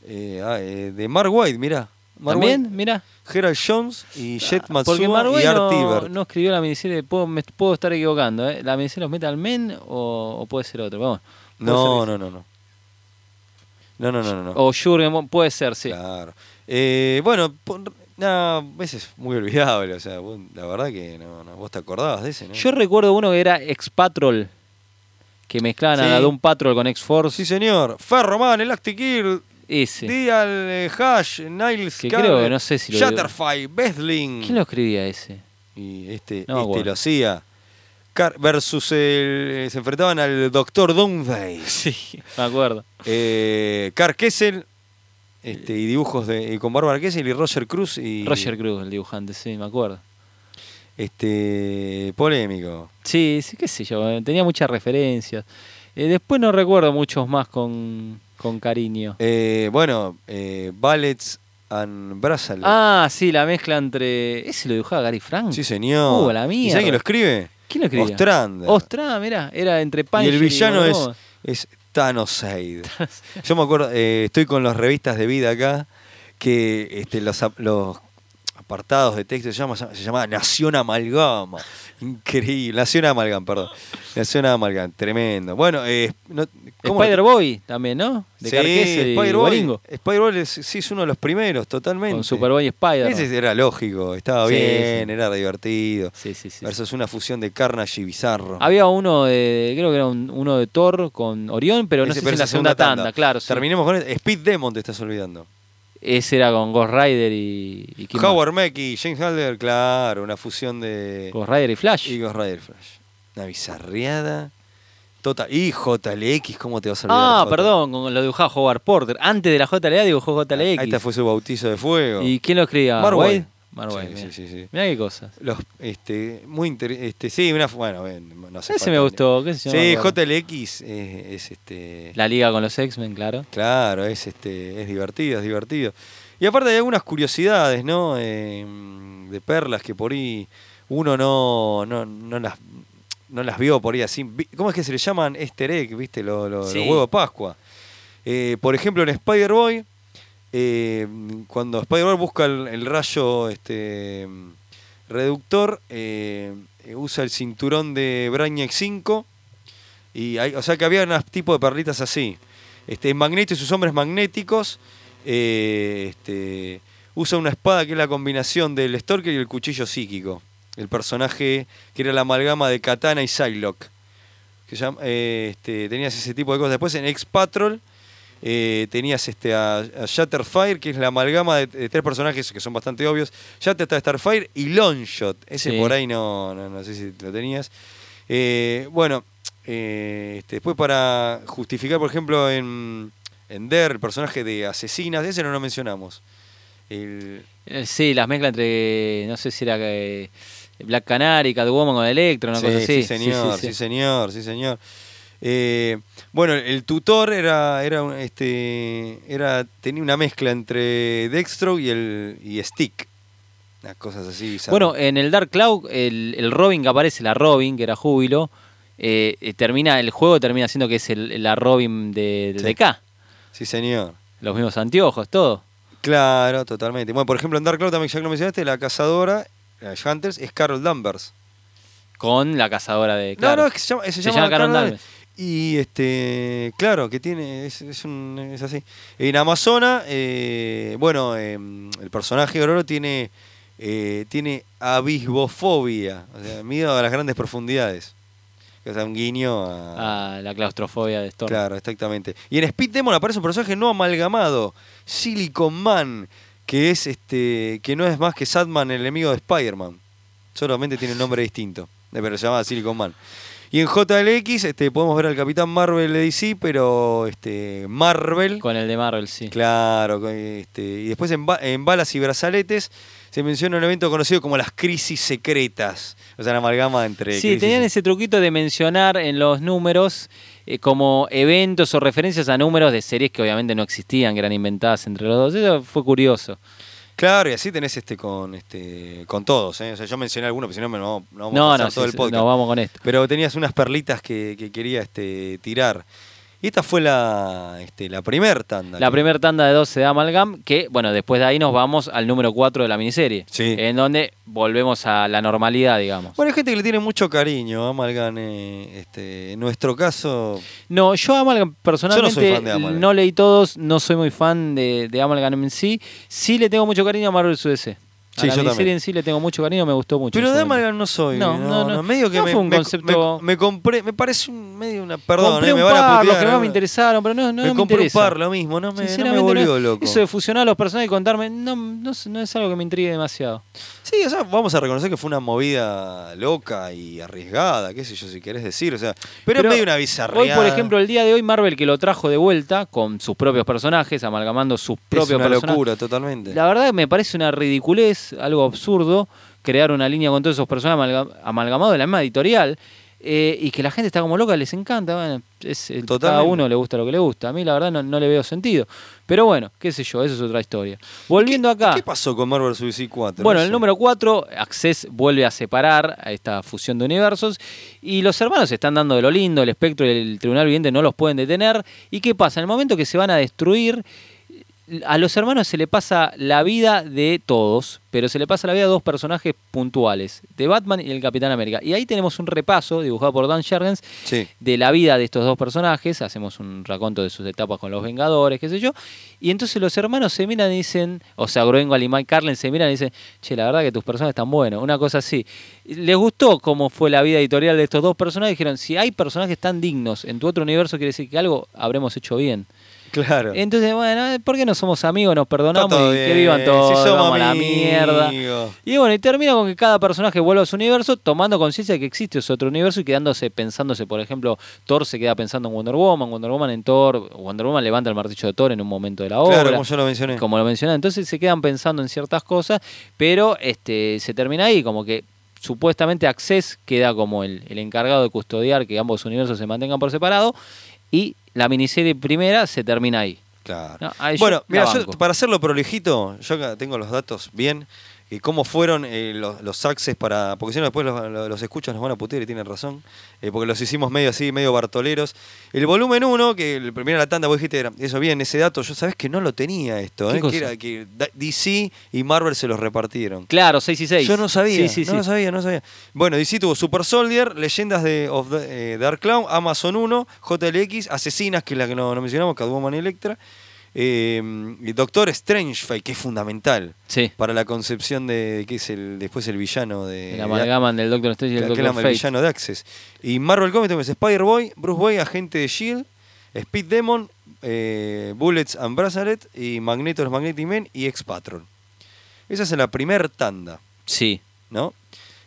C: eh, ah, eh, de Mark White, mirá. Mark
D: También,
C: White,
D: mira.
C: Gerald Jones y Jet
D: Ah, Porque
C: Matsuba
D: Marvel
C: y Art
D: no,
C: Ebert.
D: no escribió la miniserie. Puedo, me puedo estar equivocando. ¿eh? ¿La miniserie de los Metal Men o, o puede ser otro? Vamos. puede
C: No,
D: ser
C: no, no, no. No, no, no, no, no.
D: O Jürgen, Mon- puede ser, Oh, sí.
C: Claro. Eh, bueno, pon- nada, ese es muy olvidable. O sea, vos- la verdad que no, no, vos te acordabas de ese, ¿no?
D: Yo recuerdo uno que era Ex-Patrol. Que mezclaban
C: Sí.
D: a la Doom Patrol con X-Force.
C: Sí, señor. Ferroman, Elastic Ear,
D: Ese.
C: Dial, eh, Hash, Niles
D: Que creo
C: Cage,
D: que no sé si lo-
C: Shutterfly, Bethling.
D: ¿Quién lo escribía ese?
C: Y este,
D: No me
C: este
D: acuerdo.
C: lo hacía. Car- versus el. eh, Se enfrentaban al Doctor Doomsday.
D: Sí, me acuerdo.
C: Eh, Carl Kessel. Este, y dibujos de, y con Bárbara Kessel y Roger Cruz. Y,
D: Roger Cruz, el dibujante, sí, me acuerdo.
C: Este, polémico.
D: Sí, sí, qué sé yo, eh, tenía muchas referencias. Eh, después no recuerdo muchos más con, con cariño.
C: Eh, bueno, eh, Ballets and Brazzle.
D: Ah, sí, la mezcla entre. Ese lo dibujaba Gary Frank.
C: sí, señor.
D: Uh,
C: ¿Y
D: la
C: sabe
D: mierda.
C: quién lo escribe?
D: ¿Quién lo escribía?
C: Ostranda.
D: Ostranda, mirá, era entre Pan
C: y el villano es, es Thanosade. Yo me acuerdo, eh, estoy con las revistas de vida acá, que este, los, ap- los apartados de texto se llama, se llama Nación Amalgama. Increíble. Nación Amalgam, perdón. Nación Amalgam, tremendo. Bueno, eh, no- ¿cómo-
D: Spider-Boy también, ¿no? De
C: Sí,
D: Carquese y
C: Spider-Boy.
D: Boringo.
C: Spider-Boy es, sí, es uno de los primeros, totalmente.
D: Con Superboy y Spider.
C: Ese era lógico, estaba
D: Sí,
C: bien,
D: sí.
C: era divertido.
D: Sí, sí, sí.
C: Versus una fusión de Carnage y Bizarro.
D: Había uno de, creo que era un- uno de Thor con Orión, pero no
C: Ese,
D: sé si
C: pero esa
D: en la segunda, tanda, claro. sí.
C: Terminemos con eso. Speed Demon te estás olvidando.
D: Ese era con Ghost Rider y, y ¿quién más?
C: Howard Mackey, James Halder, claro, una fusión de
D: Ghost Rider y Flash.
C: y Ghost Rider Flash. Una bizarreada. Total. Y JLX, ¿cómo te vas a olvidar? de
D: ah,
C: J-?
D: perdón, con lo dibujaba Howard Porter. Antes de la JLA dibujó JLX.
C: Ah, Ahí te este fue su bautizo de fuego.
D: ¿Y quién lo escribía?
C: Marwade.
D: Marway.
C: Sí, sí,
D: mirá.
C: sí, sí.
D: Mirá qué cosas.
C: Los, este, muy inter- este, sí, una, bueno, ven, no sé.
D: Ese me gustó, qué sé yo,
C: Sí,
D: me acuerdo.
C: JLX es, es, este,
D: La liga con los X-Men, claro.
C: claro, es este, es divertido, es divertido. Y aparte hay algunas curiosidades, ¿no? Eh, de perlas que por ahí uno no, no, no las no las vio por ahí así. Vi- ¿Cómo es que se le llaman easter egg, viste? Lo- lo-
D: Sí.
C: Los huevos de Pascua. Eh, por ejemplo, en Spider-Boy, eh, cuando Spider-Man busca el, el rayo este, reductor, eh, usa el cinturón de Brainiac 5. Y hay- o sea que había un tipo de perlitas así. Este, Magneto y sus hombres magnéticos eh, este, usa una espada que es la combinación del Stalker y el cuchillo psíquico. El personaje que era la amalgama de Katana y Psylocke. Que llam- eh, este, tenías ese tipo de cosas. Después en X-Patrol eh, tenías este, a, a Shatterfire, que es la amalgama de, de tres personajes que son bastante obvios. Shatter, Starfire y Longshot. Ese
D: Sí.
C: por ahí no, no, no sé si lo tenías. Eh, bueno, eh, este, después para justificar, por ejemplo, en, en Der, el personaje de Asesinas, ese no lo mencionamos. El,
D: Eh, Sí, las mezclas entre, no sé si era eh, Black Canary, Catwoman con Electro, una
C: sí,
D: cosa
C: sí,
D: así.
C: señor, sí, señor, sí, señor. Eh, bueno, el tutor era, era un- este, era, tenía una mezcla entre Dextro y el y Stick. Unas cosas así. bizarras.
D: Bueno, en el Dark Cloud, el, el Robin que aparece, la Robin, que era Júbilo, eh, eh, termina, el juego termina siendo que es el- la Robin de, de
C: Sí.
D: DK.
C: sí, señor.
D: Los mismos anteojos, todo.
C: Claro, totalmente. Bueno, por ejemplo, en Dark Cloud también, ya que lo mencionaste, la cazadora, la Hunters, es Carol Danvers.
D: Con la cazadora de.
C: No,
D: eh, claro.
C: no, es que se llama, se
D: Se
C: llama
D: llama Carol
C: Carol
D: Danvers.
C: Y este, claro, que tiene, es, es un- es así. En Amazona, eh, bueno, eh, el personaje de Ororo tiene, eh, tiene abisbofobia, o sea, miedo a las grandes profundidades. O sea, un guiño a...
D: Ah, la claustrofobia de Storm.
C: claro, exactamente. Y en Speed Demon aparece un personaje no amalgamado, Silicon Man, que es este, que no es más que Sadman, el enemigo de Spider-Man. Solamente tiene un nombre distinto, eh, pero se llama Silicon Man. Y en JLX este, podemos ver al Capitán Marvel de DC, pero este, Marvel.
D: Con el de Marvel, sí.
C: Claro, con, este, y después en, ba- en Balas y Brazaletes se menciona un evento conocido como las crisis secretas. O sea, la amalgama entre.
D: Sí,
C: crisis-
D: tenían ese truquito de mencionar en los números eh, como eventos o referencias a números de series que obviamente no existían, que eran inventadas entre los dos. Eso fue curioso.
C: Claro, y así tenés este con este con todos. ¿eh? O sea, yo mencioné algunos, pero si no, me- no, no vamos a
D: No,
C: pasar
D: no,
C: todo
D: sí,
C: el
D: sí,
C: podcast.
D: no, vamos con esto.
C: Pero tenías unas perlitas que, que quería este, tirar. Y esta fue la, este, la primer tanda.
D: La
C: que-
D: primera tanda de 12 de Amalgam, que bueno, después de ahí nos vamos al número 4 de la miniserie.
C: Sí.
D: En donde volvemos a la normalidad, digamos.
C: Bueno, hay gente que le tiene mucho cariño a Amalgam. eh, este, en nuestro caso,
D: No, yo Amalgam personalmente
C: Yo no soy fan de Amalgam.
D: no leí todos, no soy muy fan de, de Amalgam en sí. Sí le tengo mucho cariño a Marvel UDC. A
C: Sí,
D: la
C: yo
D: miniserie
C: también.
D: en sí le tengo mucho cariño, me gustó mucho. en
C: Pero
D: su
C: de
D: momento.
C: Amalgam no soy.
D: No,
C: No,
D: no,
C: no,
D: no.
C: Medio que
D: No
C: me,
D: fue un
C: me-
D: concepto-
C: me- me compré, me parece un medio una. Perdón,
D: compré
C: eh,
D: un
C: me van a
D: par,
C: putear.
D: los que
C: ¿no?
D: más me interesaron, pero no, no
C: me
D: me
C: compré
D: interesa.
C: un par, lo mismo, no me, no me
D: Sinceramente,
C: volvió loco.
D: Eso de fusionar los personajes y contarme, no, no, es- no es algo que me intrigue demasiado.
C: Sí, o sea, vamos a reconocer que fue una movida loca y arriesgada, qué sé yo, si querés decir. O sea, pero, es medio una bizarrería.
D: Hoy, por ejemplo, el día de hoy, Marvel que lo trajo de vuelta con sus propios personajes, amalgamando sus propios
C: es una
D: personajes.
C: locura, totalmente.
D: La verdad que me parece una ridiculez, algo absurdo, crear una línea con todos esos personajes amalga- amalgamados de la misma editorial. eh, y que la gente está como loca, les encanta. Bueno, es, el- cada
C: Totalmente.
D: uno le gusta lo que le gusta. A mí, la verdad, no, no le veo sentido. Pero bueno, qué sé yo, eso es otra historia. Volviendo acá.
C: ¿Qué pasó con Marvel Suicide 4?
D: Bueno,
C: No
D: el
C: sé.
D: número 4, Access vuelve a separar a esta fusión de universos y los hermanos están dando de lo lindo, el espectro y el tribunal viviente no los pueden detener. ¿Y qué pasa? En el momento que se van a destruir, a los hermanos se le pasa la vida de todos, pero se le pasa la vida a dos personajes puntuales, de Batman y el Capitán América. Y ahí tenemos un repaso dibujado por Dan Shergens
C: Sí.
D: de la vida de estos dos personajes, hacemos un raconto de sus etapas con los Vengadores, qué sé yo, y entonces los hermanos se miran y dicen, o sea, Groenwald y Mike Carlin se miran y dicen, che, la verdad que tus personajes están buenos, una cosa así. Les gustó cómo fue la vida editorial de estos dos personajes, dijeron, si hay personajes tan dignos en tu otro universo, quiere decir que algo habremos hecho bien.
C: Claro.
D: Entonces, bueno, ¿por qué no somos amigos? Nos perdonamos
C: Está todo
D: y que
C: bien,
D: vivan
C: si
D: todos,
C: somos
D: vamos a la
C: amigos.
D: mierda. Y bueno, y termina con que cada personaje vuelva a su universo tomando conciencia de que existe ese otro universo y quedándose pensándose, por ejemplo, Thor se queda pensando en Wonder Woman, Wonder Woman en Thor, Wonder Woman levanta el martillo de Thor en un momento de la obra.
C: Claro, como yo lo mencioné.
D: Como lo mencionaba, entonces se quedan pensando en ciertas cosas, pero este se termina ahí, como que supuestamente Access queda como el, el encargado de custodiar que ambos universos se mantengan por separado y la miniserie primera se termina ahí.
C: Claro.
D: No, ahí yo
C: bueno,
D: la
C: mira, yo-
D: banco.
C: para hacerlo prolijito, yo acá tengo los datos bien. Y cómo fueron eh, los, los access para. Porque si no, después los, los- los escuchas nos van a putear y tienen razón. eh, porque los hicimos medio así, medio bartoleros. El volumen 1, que el primero la tanda, vos dijiste, era- eso bien, ese dato, yo sabés que no lo tenía esto.
D: ¿Qué
C: eh,
D: cosa?
C: que era que da- DC y Marvel se los repartieron.
D: Claro, 6 y 6.
C: Yo no sabía,
D: Sí, sí,
C: no
D: sí.
C: lo sabía, no lo sabía. Bueno, DC tuvo Super Soldier, Leyendas de of the- eh, Dark Clown, Amazon 1, JLX, Asesinas, que es la que no, no mencionamos, Catwoman y Electra, eh, y Doctor Strange Fate, que es fundamental
D: Sí.
C: para la concepción de que es el después el villano de...
D: El amalgaman del Doctor
C: de-
D: Strange y el
C: Eh, que
D: Doctor
C: era el
D: Fate.
C: villano de Access. Y Marvel Comics tenemos Spider-Boy, Bruce Boy, Agente de S.H.I.E.L.D., E Speed Demon, eh, Bullets and Bracelet, y Magneto, los Magnetic Men, y X-Patron. Esa es la primer tanda.
D: Sí.
C: ¿no?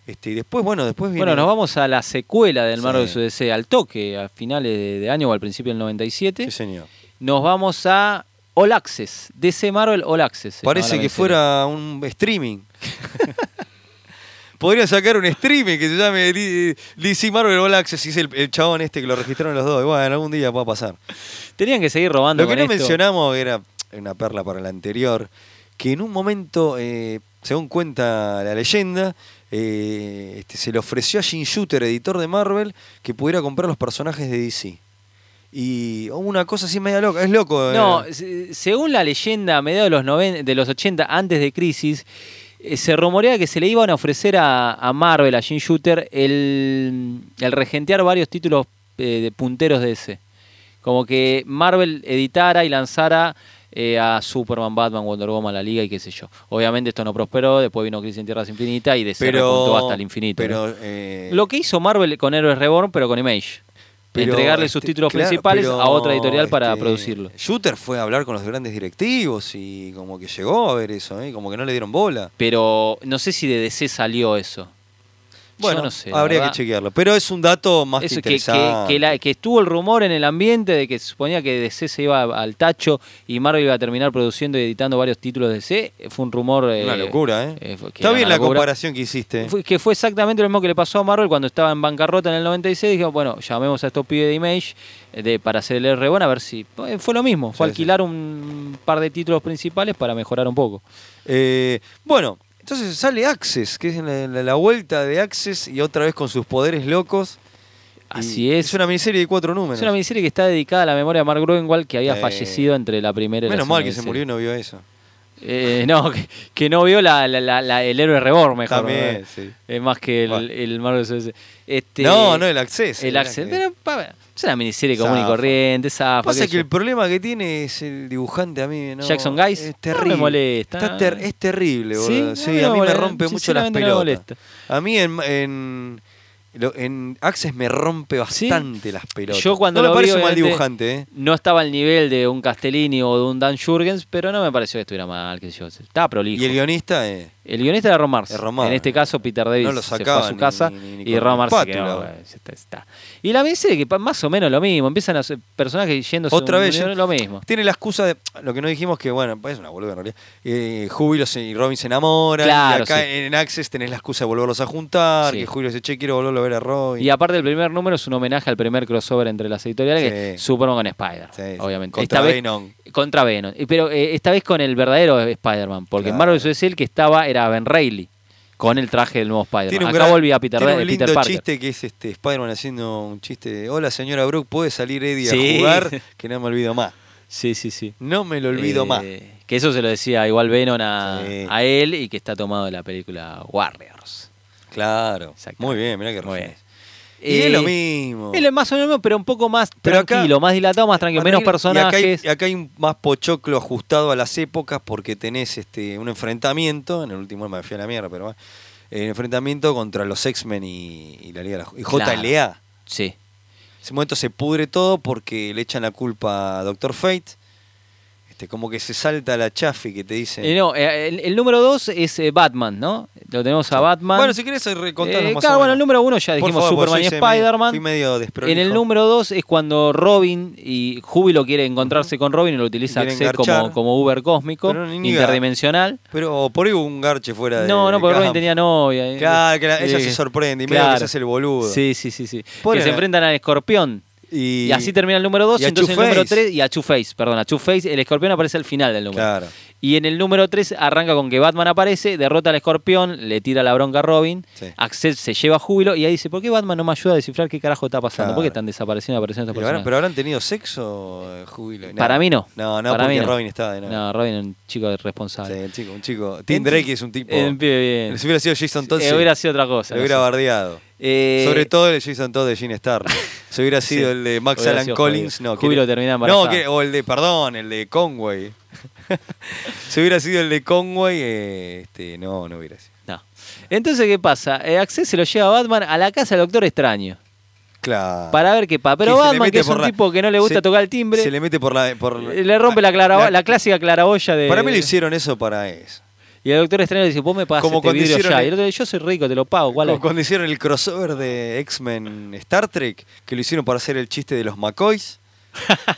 C: Este, y después, bueno, después viene.
D: Bueno, nos vamos a la secuela del Marvel
C: Sí.
D: UDC al toque, a finales de, de año o al principio del 97.
C: Sí, señor.
D: Nos vamos a All Access, DC Marvel All Access. se llamaba
C: Parece
D: la
C: que
D: miniserie.
C: fuera un streaming. Podría sacar un streaming que se llame D- DC Marvel All Access, y es el, el chabón este que lo registraron los dos. Y Bueno, algún día va a pasar.
D: Tenían que seguir robando.
C: Lo que
D: con
C: no
D: esto.
C: mencionamos era una perla para la anterior, que en un momento, eh, según cuenta la leyenda, eh, este, se le ofreció a Jim Shooter, editor de Marvel, que pudiera comprar los personajes de DC. Y hubo una cosa así media loca, es loco.
D: No,
C: eh.
D: se- según la leyenda, a mediados de los, noven- de los 80, antes de Crisis, eh, se rumorea que se le iban a ofrecer a, a Marvel, a Jim Shooter, el, el regentear varios títulos eh, de punteros de ese. Como que Marvel editara y lanzara eh, a Superman, Batman, Wonder Woman, la Liga y qué sé yo. Obviamente esto no prosperó, después vino Crisis en Tierras Infinitas y de se repuntó hasta el infinito. ¿no?
C: Pero, eh,
D: Lo que hizo Marvel con Héroes Reborn, pero con Image.
C: pero,
D: entregarle sus
C: este,
D: títulos
C: claro,
D: principales
C: pero,
D: a otra editorial para
C: este,
D: producirlo.
C: Shooter fue a hablar con los grandes directivos y como que llegó a ver eso, ¿eh? como que no le dieron bola.
D: Pero no sé si de DC salió eso.
C: Bueno,
D: Yo no sé, la
C: habría
D: verdad.
C: que chequearlo. Pero es un dato más que
D: Eso que, que-
C: interesante.
D: que la- que estuvo el rumor en el ambiente de que se suponía que DC se iba al tacho y Marvel iba a terminar produciendo y editando varios títulos de DC. Fue un rumor.
C: Una
D: eh,
C: locura, ¿eh?
D: eh, fue- que
C: Está
D: era
C: bien
D: una
C: la
D: locura.
C: comparación que hiciste.
D: Fue- que fue exactamente lo mismo que le pasó a Marvel cuando estaba en bancarrota en el 96. Dijeron, bueno, llamemos a estos pibes de Image eh, de, para hacer el rebón a ver si. eh, Fue lo mismo, fue
C: Sí, sí.
D: alquilar un par de títulos principales para mejorar un poco.
C: Eh, bueno, entonces sale Access, que es la, la- la vuelta de Access y otra vez con sus poderes locos. Y
D: Así es.
C: Es una miniserie de cuatro números.
D: Es una miniserie que está dedicada a la memoria de Mark Groenwald, que había
C: Eh,
D: fallecido entre la primera y la
C: Menos mal que se
D: segunda
C: murió y
D: miniserie.
C: no vio eso.
D: Eh, no, que, que no vio la, la- la- la- el héroe Reborn, mejor.
C: También,
D: ¿no?
C: sí.
D: Eh, más que el,
C: Bueno.
D: el Marvel CS. Este,
C: no, no, el Access.
D: El Axel.
C: Access.
D: Pero, pa- es una miniserie común y
C: Zafa.
D: corriente, zafa,
C: Pasa
D: qué
C: que
D: sé
C: el problema que tiene es el dibujante a mí. ¿no?
D: Jackson Guys,
C: Es
D: no me
C: terrible.
D: molesta.
C: Está ter- es terrible,
D: ¿Sí?
C: boludo.
D: A
C: Sí,
D: mí no
C: a
D: me
C: mí me
D: molesta,
C: rompe mucho las
D: sinceramente no me
C: pelotas.
D: molesta.
C: a mí en, en, lo- en Access me rompe
D: Sí.
C: bastante las pelotas.
D: Yo cuando
C: no
D: lo
C: me
D: vi,
C: parece un mal
D: obviamente,
C: dibujante, ¿eh?
D: No estaba al nivel de un Castellini o de un Dan Jurgens, pero no me pareció que estuviera mal, qué sé yo. Estaba prolijo.
C: Y el guionista, eh,
D: El guionista era Ron Mars.
C: Es Ron Mars.
D: En este caso, Peter Davis
C: No lo
D: se fue a
C: sacaban
D: su
C: ni-
D: casa
C: ni- ni- ni
D: y
C: con
D: Ron Mars se
C: espátula.
D: quedó, bueno, ya está, está. Y la miniserie que pa- más o menos lo mismo. Empiezan a ser personajes yéndose
C: Otra
D: un-
C: vez.
D: un-
C: ya-
D: lo mismo.
C: Tiene la excusa de. Lo que no dijimos que, bueno, es una boluda en realidad. Eh, Júbilo se- y Robin se enamoran.
D: Claro,
C: y acá
D: sí.
C: en Access tenés la excusa de volverlos a juntar.
D: Sí.
C: Que Júbilo dice, che, quiero volverlo a ver a Robin.
D: Y aparte el primer número es un homenaje al primer crossover entre las editoriales, que
C: Sí.
D: es Superman con Spider,
C: Sí, sí.
D: obviamente.
C: Contra
D: Esta vez-
C: Venom.
D: Contra Venom. Y Pero eh, esta vez con el verdadero Spider-Man, porque en
C: Claro.
D: Marvel vs. el que estaba era Ben Reilly, con el traje del nuevo Spider-Man. Acá
C: gran-
D: volvía Peter,
C: tiene
D: Re-
C: un lindo
D: Peter Parker.
C: chiste que es este Spider-Man haciendo un chiste. de, Hola, señora Brooke, ¿puede salir Eddie
D: Sí.
C: a jugar? Que no me olvido más.
D: Sí, sí, sí.
C: No me lo olvido
D: Eh,
C: más.
D: Que eso se lo decía igual Venom a,
C: Sí.
D: a él y que está tomado de la película Warriors.
C: Claro.
D: Exacto.
C: Muy bien, mirá que
D: Muy bien.
C: referencia. Y es
D: Eh,
C: lo mismo.
D: Él es más o menos, pero un poco más
C: Pero acá-
D: tranquilo, más dilatado, más tranquilo, menos
C: Arregla- y acá hay-
D: personajes.
C: Y acá, hay, un más pochoclo ajustado a las épocas porque tenés este un enfrentamiento, en el último me fui a la mierda, pero bueno, eh, enfrentamiento contra los X-Men y, y la Liga de la Ju- y
D: Claro.
C: JLA.
D: Sí.
C: En ese momento se pudre todo porque le echan la culpa a Doctor Fate. Este, como que se salta la chafi que te dicen.
D: Eh, no, eh, el, el número dos es eh, Batman, ¿no? Lo tenemos a Batman.
C: Bueno, si querés recontarnos
D: Eh,
C: más
D: claro,
C: o
D: bueno,
C: menos.
D: el número uno ya
C: Por
D: dijimos
C: favor,
D: Superman
C: yo
D: y
C: hice medio-
D: Spider-Man.
C: fui medio desprolijo.
D: En el número 2 es cuando Robin y Júbilo quiere encontrarse con Robin y lo utiliza
C: Quiere
D: Axel como,
C: engarchar.
D: como Uber cósmico,
C: Pero ni niega.
D: interdimensional.
C: Pero por ahí hubo un garche fuera de.
D: No, no,
C: de
D: porque Robin
C: campo.
D: tenía novia. eh.
C: Claro, que la- ella
D: Sí.
C: se sorprende y medio que se hace el boludo.
D: Sí, sí, sí. sí.
C: Pobre
D: que se
C: la-
D: enfrentan al escorpión. Y,
C: Y,
D: así termina el número 2.
C: y a
D: Entonces el número
C: Two-Face.
D: 3 y a Two Face, perdón, a Two Face. El escorpión aparece al final del número.
C: Claro.
D: Y en el número 3 arranca con que Batman aparece, derrota al escorpión, le tira la bronca a Robin,
C: Sí.
D: Axel se lleva júbilo y ahí dice, ¿por qué Batman no me ayuda a descifrar qué carajo está pasando? ¿Por qué
C: Claro.
D: están desapareciendo y apareciendo estos
C: Pero, habrán-
D: personajes?
C: pero habrán tenido sexo, eh, Júbilo.
D: Para mí no.
C: No, no,
D: Para mí
C: porque
D: no.
C: Robin estaba de
D: no.
C: no.
D: Robin es un chico
C: Sí,
D: responsable.
C: un chico, un chico. Tim Drake es un tipo.
D: Eh, Un pibe bien.
C: Si hubiera sido Jason Todd,
D: Eh,
C: sí,
D: hubiera sido otra cosa.
C: lo
D: no
C: hubiera
D: sé.
C: bardeado.
D: Eh,
C: Sobre todo el Jason Todd de Gene Starr. Si hubiera sido el de Max
D: hubiera
C: Alan
D: sido
C: Collins,
D: jodido.
C: no.
D: Júbilo
C: que-
D: termina embarazada.
C: no, que- o el de, perdón, el de Conway. si hubiera sido el de Conway, eh, este, no, no hubiera sido.
D: no. Entonces, ¿qué pasa? Eh, Axel se lo lleva a Batman a la casa del Doctor Extraño.
C: Claro.
D: Para ver qué pasa. Pero
C: Que se le
D: Batman,
C: mete
D: que es
C: por
D: un
C: la-
D: tipo que no le gusta
C: se-
D: tocar el timbre,
C: Se le mete por la. Por,
D: eh, le rompe la, clara- la clásica claraboya de...
C: Para mí lo hicieron eso para eso.
D: Y el Doctor Extraño le dice, vos me pagas
C: Como
D: este
C: cuando
D: vidrio
C: hicieron
D: ya.
C: el-
D: Y el otro dice, yo soy rico, te lo pago. ¿cuál
C: Como
D: es?
C: cuando hicieron el crossover de X-Men Star Trek, que lo hicieron para hacer el chiste de los McCoys.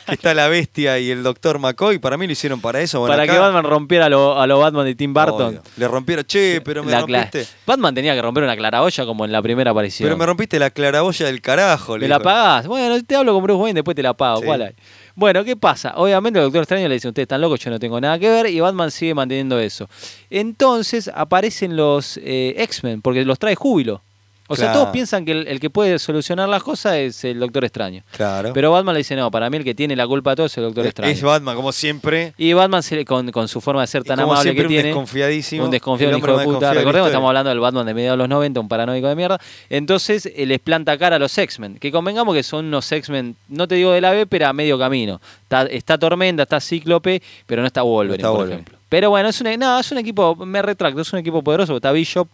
C: que está la bestia y el doctor McCoy. Para mí lo hicieron para eso. Bueno,
D: Para
C: acá-
D: que Batman rompiera a lo, a lo Batman de Tim Burton.
C: Obvio. Le rompieron, che, pero me
D: La cla-
C: rompiste.
D: Batman tenía que romper una claraboya como en la primera aparición.
C: Pero me rompiste la claraboya del carajo. le
D: ¿Me la
C: dijo.
D: pagás? Bueno, te hablo con Bruce Wayne, después te la pago.
C: Sí.
D: ¿Cuál hay? Bueno, ¿qué pasa? Obviamente el Doctor Extraño le dice, ustedes están locos, yo no tengo nada que ver, y Batman sigue manteniendo eso. Entonces aparecen los eh, X-Men, porque los trae júbilo. O sea,
C: Claro.
D: todos piensan que el, el que puede solucionar las cosas es el Doctor Extraño.
C: Claro.
D: Pero Batman le dice, no, para mí el que tiene la culpa de todo es el Doctor
C: Es-
D: Extraño.
C: Es Batman, como siempre.
D: Y Batman, se le- con, con su forma de ser
C: Y
D: tan
C: como
D: amable
C: siempre,
D: que
C: un
D: tiene.
C: desconfiadísimo.
D: Un desconfiado,
C: El
D: un
C: hombre
D: hijo de
C: más
D: puta.
C: desconfiado de la
D: Recordemos que
C: historia.
D: estamos hablando del Batman de mediados de los 90, un paranoico de mierda. Entonces eh, les planta cara a los X-Men. Que convengamos que son unos X-Men, no te digo de la B, pero a medio camino. Está, está Tormenta, está Cíclope, pero no está Wolverine,
C: está
D: por
C: Wolverine.
D: ejemplo. Pero bueno, es un, e-, no, es un equipo, me retracto, es un equipo poderoso. Está Bishop,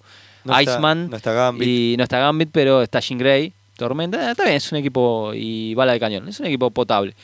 C: No está-
D: Iceman.
C: no está Gambit.
D: Y no está Gambit, pero está Jean Grey, Tormenta. Ah, Está bien, es un equipo y bala de cañón. Es un equipo potable.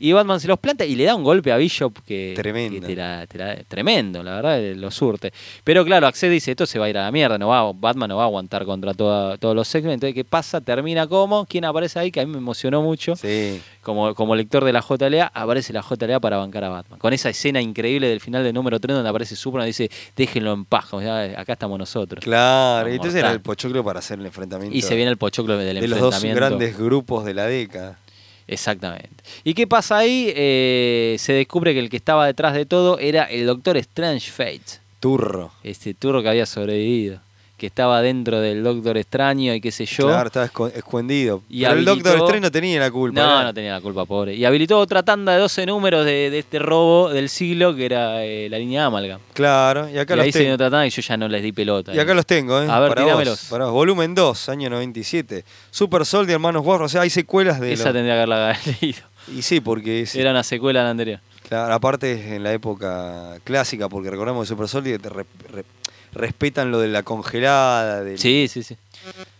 D: Y Batman se los planta y le da un golpe a Bishop que,
C: Tremendo.
D: que te la- te la- tremendo, la verdad, eh, lo surte. Pero claro, Axel dice, esto se va a ir a la mierda, no va, Batman no va a aguantar contra toda- todos los segmentos. Entonces, ¿qué pasa? Termina como, ¿quién aparece ahí? Que a mí me emocionó mucho.
C: Sí.
D: Como, como lector de la JLA, aparece la JLA para bancar a Batman. Con esa escena increíble del final del número 3 donde aparece Superman y dice, déjenlo en paz, como, ya, acá estamos nosotros.
C: Claro.
D: Mortal.
C: y Entonces era el pochoclo para hacer el enfrentamiento.
D: Y se viene el pochoclo del
C: de los
D: enfrentamiento.
C: dos grandes grupos de la década.
D: Exactamente. ¿Y qué pasa ahí? Eh, se descubre que el que estaba detrás de todo era el Doctor Strange Fate.
C: Turro.
D: Este turro que había sobrevivido. Que estaba dentro del Doctor Extraño y qué sé yo.
C: Claro, estaba esco- escondido.
D: Y
C: Pero el
D: habilitó-
C: Doctor Strange no tenía la culpa. ¿eh?
D: No,
C: ¿verdad?
D: no tenía la culpa, pobre. Y habilitó otra tanda de 12 números de, de este robo del siglo que era eh, la línea Amalgam.
C: Claro. Y acá,
D: y ahí
C: los,
D: se dio
C: tengo.
D: otra tanda y yo ya no les di pelota.
C: y acá los tengo, ¿eh?
D: A ver,
C: para
D: tíramelos.
C: vos, para vos. Volumen 2, año 97. Super Soldier, hermanos Warro. O sea, hay secuelas de.
D: Esa
C: los-
D: tendría que haberla leído.
C: Y sí, porque es
D: Era una secuela de la anterior.
C: Claro, aparte es en la época clásica, porque recordamos que Super Soldier te re- re- respetan lo de la congelada. Del,
D: Sí, sí, sí.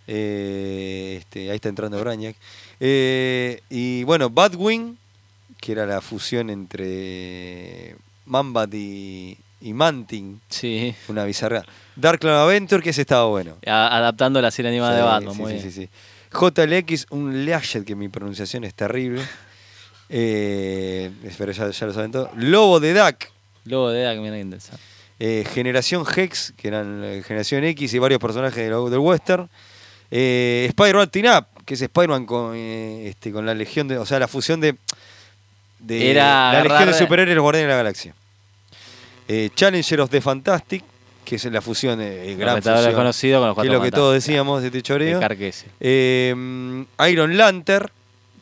C: eh, este, ahí está entrando Brañac. Eh, y bueno, Batwing, que era la fusión entre Mambat y, y Manting,
D: Sí.
C: una bizarra. Dark Clan Adventure, que ese estaba bueno.
D: A- adaptando la serie animada de
C: Sí,
D: Batman.
C: sí,
D: muy
C: sí,
D: bien.
C: sí, sí. JLX, un Lashet, que mi pronunciación es terrible. Eh, pero ya, ya lo saben todos. Lobo de Duck.
D: Lobo de Edad, que me interesante.
C: Eh, Generación Hex, que eran eh, Generación X y varios personajes de la- del western. Eh, Spider-Man Teen Up, que es Spider-Man con, eh, este, con la legión de. O sea, la fusión de. de
D: Era
C: la legión de
D: agarrar-
C: superhéroes los Guardianes de la Galaxia. Eh, Challenger of the Fantastic, que es la fusión. Eh, gran
D: Retadores
C: fusión,
D: desconocidos con
C: que
D: los
C: es
D: Cuatro
C: lo que
D: Fantásticos.
C: todos decíamos de este choreo.
D: De Carquese.
C: Eh, Iron Lantern,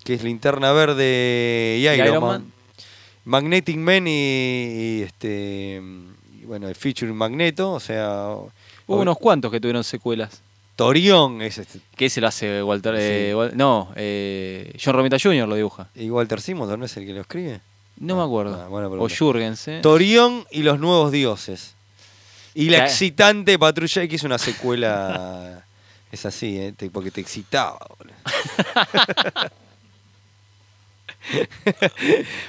C: que es Linterna Verde y Iron,
D: Iron
C: Man.
D: Man.
C: Magnetic Man y, y este y bueno, el feature Magneto, o sea,
D: Hubo unos cuantos que tuvieron secuelas.
C: Torión es este,
D: Que se lo hace Walter. eh,
C: Sí.
D: Wal- no, eh, John Romita Jr. lo dibuja.
C: y Walter Simonson, ¿no es el que lo escribe?
D: No
C: Ah,
D: me acuerdo.
C: ah, buena
D: o
C: pregunta.
D: Jurgens. eh.
C: Torión y los nuevos dioses. Y la
D: Ya.
C: excitante Patrulla X, una secuela es así, eh, te- porque te excitaba, boludo.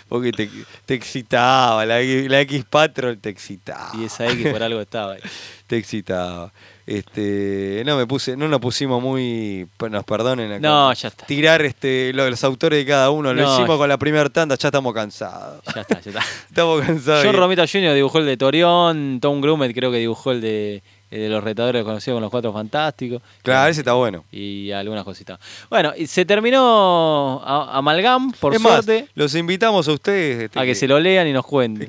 C: Porque te, te excitaba, la, la X Patrol te excitaba.
D: Y esa X por algo estaba. ahí.
C: Te excitaba. Este, no me puse, no nos pusimos muy, pues, nos perdonen acá.
D: No, ya está.
C: Tirar este, lo- los autores de cada uno, lo
D: No,
C: hicimos
D: ya-
C: con la primera tanda, ya estamos cansados.
D: Ya está, ya está.
C: Estamos cansados.
D: John
C: Y-
D: Romita Jr. dibujó el de Torión. Tom Grumet creo que dibujó el de, el de los retadores conocidos con los Cuatro Fantásticos.
C: Claro, ese está bueno.
D: Y algunas cositas. Bueno, y se terminó a- Amalgam, por
C: es más,
D: suerte.
C: los invitamos a ustedes. este,
D: a Ah, que, se lo lean y nos cuenten.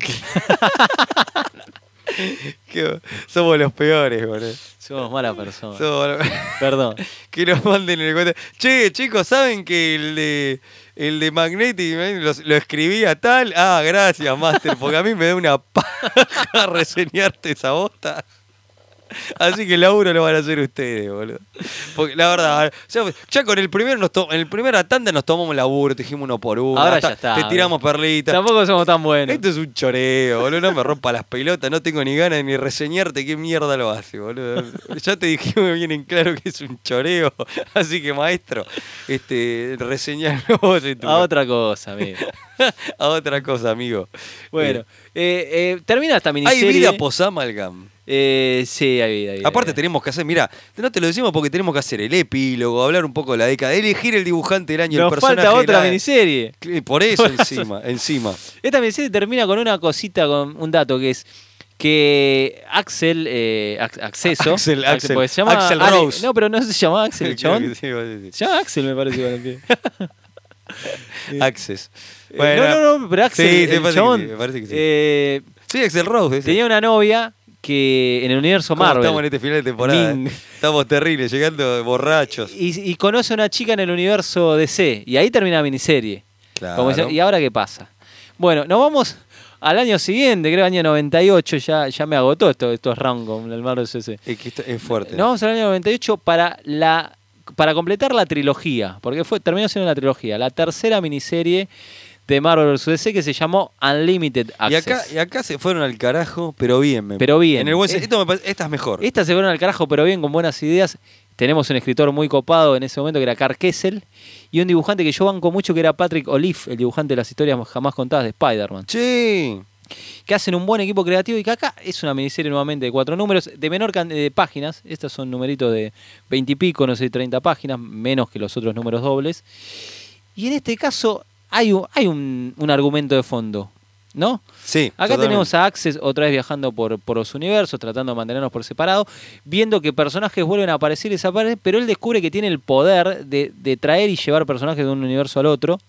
C: que somos los peores, boludo.
D: Somos malas personas.
C: Somos los-
D: Perdón.
C: que nos manden el cuento. Che, chicos, ¿saben que el de el de Magnetic Man los- lo, escribía tal? Ah, gracias, Master, porque a mí me da una paja reseñarte esa bosta. Así que el laburo lo van a hacer ustedes, boludo. Porque la verdad, o sea, ya con el primero nos to- en la primera tanda nos tomamos laburo, te dijimos uno por uno.
D: Ahora
C: Uh, hasta-
D: ya está,
C: Te
D: boludo.
C: tiramos perlitas.
D: Tampoco somos tan buenos.
C: Esto es un choreo, boludo. No me rompa las pelotas, no tengo ni ganas de ni reseñarte qué mierda lo hace, boludo. Ya te dijimos bien en claro que es un choreo. Así que, maestro, este, reseñalo vos en tu-
D: A otra cosa, amigo.
C: a otra cosa, amigo.
D: Bueno,
C: Eh,
D: eh, eh, termina esta
C: hay
D: miniserie.
C: vida posamalgam.
D: Eh, sí, hay vida. hay vida,
C: Aparte
D: hay vida.
C: tenemos que hacer, mira, no te lo decimos porque tenemos que hacer el epílogo, hablar un poco de la década, elegir el dibujante del año,
D: Nos
C: el personaje
D: falta
C: del
D: otra
C: año.
D: miniserie.
C: Eh, Por eso encima, encima.
D: Esta miniserie termina con una cosita, con un dato que es que Axel, eh, Ax- Acceso.
C: Axel, Axel.
D: porque se llama
C: Axel
D: Ale-
C: Rose.
D: no, pero no se llamaba Axel, el
C: Creo que
D: chabón.
C: sí, sí, sí.
D: Se llama Axel, me parece. igual, el pibe.
C: Access.
D: Eh, no, no, no, pero Axel,
C: Sí, sí,
D: el
C: parece que
D: chabón,
C: sí, me parece que sí.
D: eh,
C: Sí, Axel Rose. ese.
D: tenía una novia que en el universo
C: ¿Cómo
D: Marvel.
C: Estamos en este final de temporada.
D: Ming.
C: eh? Estamos terribles, llegando borrachos.
D: y, y conoce a una chica en el universo DC. Y ahí termina la miniserie.
C: Claro.
D: Como dice, ¿Y ahora qué pasa? Bueno, nos vamos al año siguiente, creo año 98. Ya, ya me agotó esto, estos rounds con el Marvel CC.
C: Es, que esto es fuerte.
D: Nos vamos al año 98 para la para completar la trilogía, porque fue terminó siendo una trilogía, la tercera miniserie de Marvel vs DC que se llamó Unlimited
C: y,
D: Access.
C: acá, y acá se fueron al carajo, pero bien. me-
D: Pero bien. Este-
C: En el buen sen-
D: Eh.
C: esto me parece- esta es mejor.
D: Estas se fueron al carajo, pero bien, con buenas ideas. Tenemos un escritor muy copado en ese momento que era Carl Kessel y un dibujante que yo banco mucho que era Patrick Olive, el dibujante de las historias jamás contadas de Spider-Man.
C: Che.
D: Que hacen un buen equipo creativo y que acá es una miniserie nuevamente de cuatro números, de menor cantidad de páginas. Estas son numeritos de 20 y pico, no sé, 30 páginas, menos que los otros números dobles. Y en este caso hay un, hay un, un argumento de fondo, ¿no?
C: Sí.
D: Acá
C: totalmente.
D: tenemos a Access otra vez viajando por, por los universos, tratando de mantenernos por separado, viendo que personajes vuelven a aparecer y desaparecen, pero él descubre que tiene el poder de, de traer y llevar personajes de un universo al otro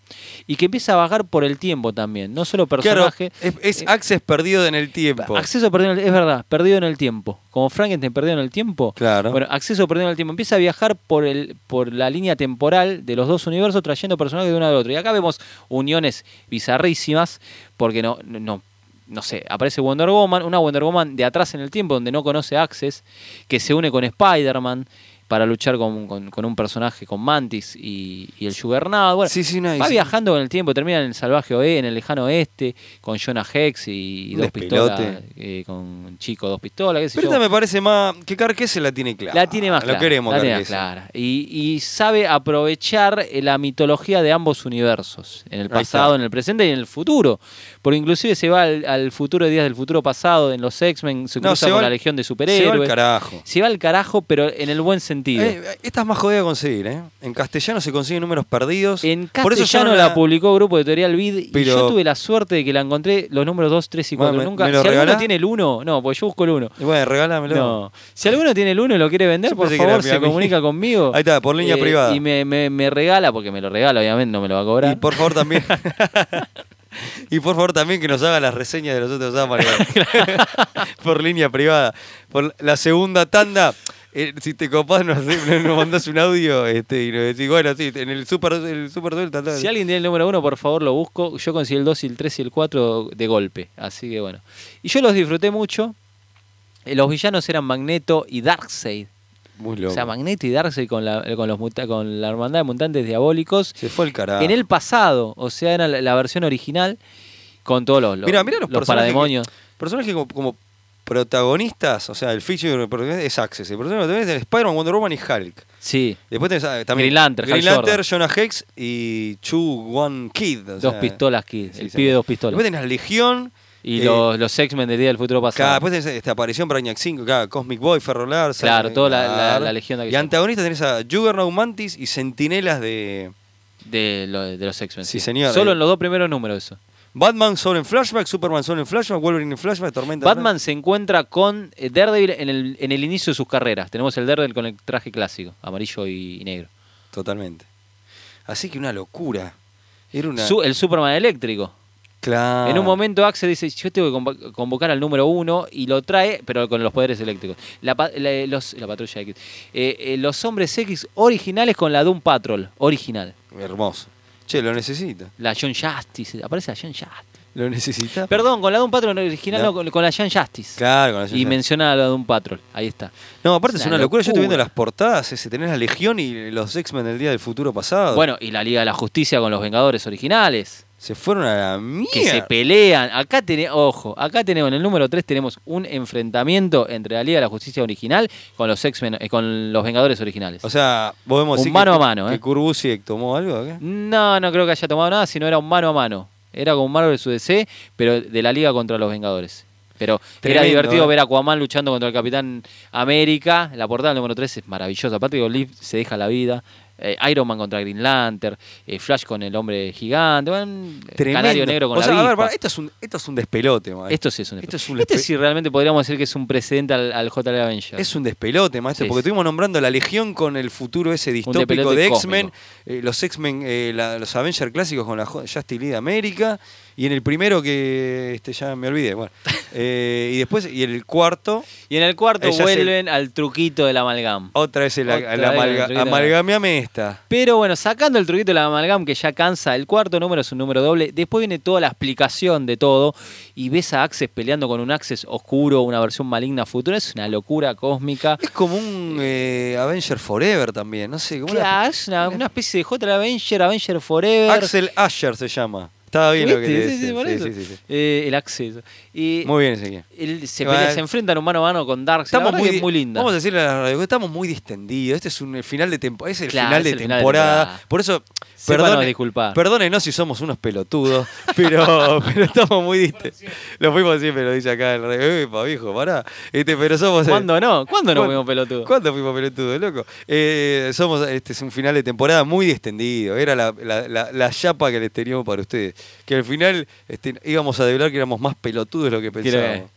D: y que empieza a bajar por el tiempo también, no solo
C: Claro,
D: personajes.
C: es, es Access perdido en el tiempo.
D: Acceso perdido, en el- es verdad, perdido en el tiempo. Como Frankenstein perdido en el tiempo.
C: Claro.
D: Bueno, acceso perdido en el tiempo. Empieza a viajar por el por la línea temporal de los dos universos, trayendo personajes de uno al otro. Y acá vemos uniones bizarrísimas, porque no, no, no, no sé, aparece Wonder Woman, una Wonder Woman de atrás en el tiempo donde no conoce a Access, que se une con Spider-Man. para luchar con, con- con un personaje, con Mantis y, y el Juggernaut. Bueno,
C: Sí, sí, no, y
D: va
C: sí.
D: viajando con el tiempo, termina en el salvaje oe- en el lejano oeste, con Jonah Hex y, y
C: Un
D: dos
C: despelote.
D: pistolas, eh, con un chico, dos pistolas, qué sé
C: Pero
D: yo.
C: esta me parece más. Que Carquese la tiene clara.
D: La tiene más
C: Lo
D: clara.
C: queremos,
D: la tiene más
C: Carquese.
D: clara. Y, y sabe aprovechar eh, la mitología de ambos universos, en el
C: Ahí está.
D: pasado, en el presente y en el futuro. Porque inclusive se va al, al futuro de días del futuro pasado, en los X-Men, se
C: No, se
D: cruza
C: va
D: con
C: al-
D: la Legión de
C: Se va
D: Superhéroes.
C: al carajo.
D: Se va al carajo, pero en el buen sentido.
C: Eh, esta es más jodida de conseguir, ¿eh? En castellano se consiguen números perdidos.
D: en
C: Por eso yo
D: castellano
C: no
D: la... publicó Grupo Editorial Vid y
C: Pero-
D: yo tuve la suerte de que la encontré los números 2, 3 y 4.
C: Bueno, me-
D: Nunca,
C: ¿me lo
D: si alguno
C: regalás?
D: tiene el 1, no, pues yo busco el 1.
C: Y Bueno, regálamelo.
D: No. Si alguno tiene el uno y lo quiere vender,
C: Yo
D: por
C: pensé que era
D: favor,
C: mi
D: se
C: amigo.
D: comunica conmigo. Eh,
C: Ahí está, por línea privada.
D: Y me, me- me regala, porque me lo regala, obviamente, no me lo va a
C: Y
D: cobrar.
C: por favor también. y por favor también que nos haga las reseñas de los otros Amaral. por línea privada. Por la segunda tanda. eh, si te copás, nos, nos mandás un audio este, y nos decís, bueno, sí, en el Super, el super Delta, tal.
D: Si alguien tiene el número uno, por favor lo busco. Yo conseguí el 2 y el 3 y el 4 de golpe. Así que bueno. Y yo los disfruté mucho. Eh, Los villanos eran Magneto y Darkseid.
C: Muy
D: O
C: loco.
D: sea, Magneto y Darkseid con la, con los muta- con la hermandad de mutantes diabólicos.
C: Se fue el carajo.
D: En el pasado, o sea, era la, la versión original con todos los, los,
C: Mirá, mirá los
D: los
C: personajes que-
D: parademonios.
C: Personajes como, como protagonistas, o sea, el feature protagonista es Access. El personaje protagonista es Spider-Man, Wonder Woman y Hulk.
D: Sí.
C: Después tenés ah, también
D: Green Lantern, Hal
C: Green Lantern,
D: Jordan.
C: Jonah Hex y Chu One Kid. o
D: Dos
C: sea,
D: pistolas, Kid.
C: sí,
D: el
C: sí.
D: pibe de dos pistolas.
C: Después tenés la Legión.
D: Y
C: eh, pues,
D: los, los X-Men del Día del Futuro
C: cada-
D: Pasado.
C: después tenés esta aparición Brainiac 5, cada Cosmic Boy, Ferro Larsen,
D: Claro,
C: eh,
D: toda la- la-
C: claro.
D: la legión de
C: Y
D: aquella.
C: antagonistas tenés a Juggernaut Mantis y Centinelas de
D: de, lo- de los X-Men.
C: Sí, señor. eh.
D: Solo
C: Ahí.
D: en los dos primeros números eso.
C: Batman solo en flashback, Superman solo en flashback, Wolverine en flashback, Tormenta.
D: Batman se encuentra con eh, Daredevil en el, en el inicio de sus carreras. Tenemos el Daredevil con el traje clásico, amarillo y, y negro.
C: Totalmente. Así que una locura. Era una. Ah.
D: Su- el Superman eléctrico.
C: Claro.
D: En un momento Axe dice, yo tengo que convo- convocar al número uno y lo trae, pero con los poderes eléctricos. La, pa- la- los, la patrulla X. Eh, eh, los hombres X originales con la Doom Patrol, original.
C: Hermoso. Che, lo necesita.
D: La John Justice, aparece la John Justice.
C: Lo necesita.
D: Perdón, con la Doom Patrol original,
C: No.
D: no, con, con la John Justice.
C: Claro, con la
D: Y
C: John-
D: menciona a la Doom Patrol, ahí está.
C: No, aparte es
D: Una
C: una locura. Yo estoy viendo
D: locura.
C: las portadas. Ese, tenés la Legión y los X-Men del Día del Futuro Pasado.
D: Bueno, y la Liga de la Justicia con los Vengadores originales.
C: Se fueron a la mierda.
D: Que se pelean. Acá tenemos, ojo, acá tenemos, en el número 3 tenemos un enfrentamiento entre la Liga de la Justicia original con los X-Men, eh, con los Vengadores originales.
C: O sea, podemos
D: Un
C: decir
D: mano
C: que,
D: a mano,
C: que
D: eh.
C: Kurbusiek tomó algo acá.
D: no, no creo que haya tomado nada, sino era un mano a mano. Era como un Marvel su DC, pero de la Liga contra los Vengadores. Pero
C: Tremendo,
D: era divertido
C: eh.
D: ver a Aquaman luchando contra el Capitán América. La portada del número 3 es maravillosa. Aparte que Olive se deja la vida. Eh, Iron Man contra Green Lantern. eh, Flash con el hombre gigante. bueno,
C: Tremendo.
D: Canario negro con
C: o
D: la
C: sea, a ver,
D: avispa.
C: pará, esto es un, esto es un despelote, maestro.
D: Esto sí es un
C: Esto
D: despelote.
C: es un
D: Este
C: despe-
D: sí realmente podríamos decir que es un precedente al, al JL Avenger.
C: Es un despelote, maestro,
D: Sí,
C: porque
D: sí.
C: estuvimos nombrando la Legión con el futuro ese distópico
D: despelote
C: de X-Men,
D: cósmico.
C: eh, los X-Men, eh, la- los Avengers clásicos con la jo- Justice League de América, y en el primero que este, ya me olvidé, bueno, eh, y después, y en el cuarto,
D: Y en el cuarto
C: Ella es
D: vuelven al truquito del amalgam.
C: otra vez el,
D: Otra
C: el
D: vez
C: amalga-
D: el truquito.
C: amalgameame esta.
D: Pero bueno, sacando el truquito del amalgam que ya cansa, el cuarto número es un número doble. Después viene toda la explicación de todo y ves a Axis peleando con un Axis oscuro, una versión maligna futura. Es una locura cósmica.
C: Es como un eh, Avenger Forever también, no sé, como una-
D: Claro, es una, una especie de JL Avenger, Avenger Forever.
C: Axel Asher se llama. Estaba bien lo que
D: ¿Viste?
C: le
D: Sí, sí,
C: decía,
D: por
C: sí,
D: eso.
C: sí, sí, sí.
D: Eh, el Axis. Y
C: Muy bien, Ezequiel.
D: él se,
C: Bueno,
D: pelea, se enfrentan un mano a mano con Dark.
C: Estamos muy,
D: muy linda.
C: Vamos a decirle a la radio, estamos muy distendidos. Este es un el final de temporada. Es el
D: Claro,
C: final
D: es
C: de
D: el final de
C: temporada.
D: temporada.
C: Por eso,
D: Sépanos
C: perdone,
D: disculpar.
C: perdónenos si somos unos pelotudos, pero, pero estamos muy distendidos. Lo fuimos siempre, lo dice acá el radio. Epa, viejo, pará. Este, pero somos. eh,
D: ¿Cuándo no? ¿Cuándo no
C: ¿cuándo-
D: fuimos pelotudos?
C: ¿Cuándo fuimos pelotudos, loco? Eh, somos, este es un final de temporada muy distendido. Era la, la, la- la chapa que les teníamos para ustedes. Que al final este, íbamos a develar que éramos más pelotudos de lo que
D: Creo que
C: pensábamos.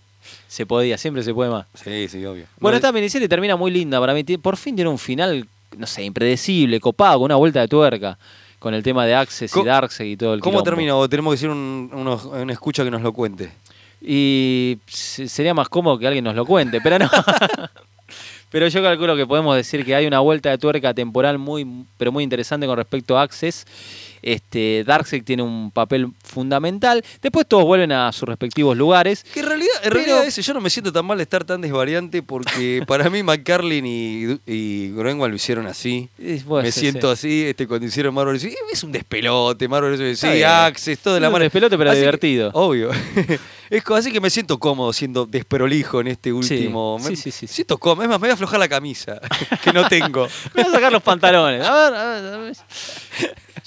D: se podía, siempre se puede más.
C: Sí, sí, obvio.
D: Bueno,
C: No-
D: esta miniserie termina muy linda para mí. Ti- Por fin tiene un final, no sé, impredecible, copado, con una vuelta de tuerca. Con el tema de Access y
C: Co-
D: Darkseid y todo el
C: ¿Cómo
D: quilombo.
C: termina? ¿O tenemos que hacer un, unos- una escucha que nos lo cuente?
D: Y se- sería más cómodo que alguien nos lo cuente, pero no. Pero yo calculo que podemos decir que hay una vuelta de tuerca temporal muy, pero muy interesante con respecto a Access. Este, Darkseid tiene un papel fundamental. Después todos vuelven a sus respectivos lugares.
C: Que en realidad, en
D: Pero-
C: realidad ese, yo no me siento tan mal de estar tan desvariante porque para mí McCarlin y, y Groenwald lo hicieron así.
D: Y, bueno,
C: me
D: sí,
C: siento
D: sí.
C: así, este, cuando hicieron Marvel, sí, es un despelote, Marvel, sí,
D: Está bien.
C: Access, todo de la
D: Es un
C: mano.
D: despelote, pero
C: Así que-
D: divertido.
C: obvio. es, co- así que me siento cómodo siendo desprolijo en este último.
D: sí,
C: me-
D: sí, sí, sí.
C: Siento cómodo, es más, me voy a aflojar la camisa, que no tengo.
D: Me voy a sacar los pantalones. A ver, a ver, a ver.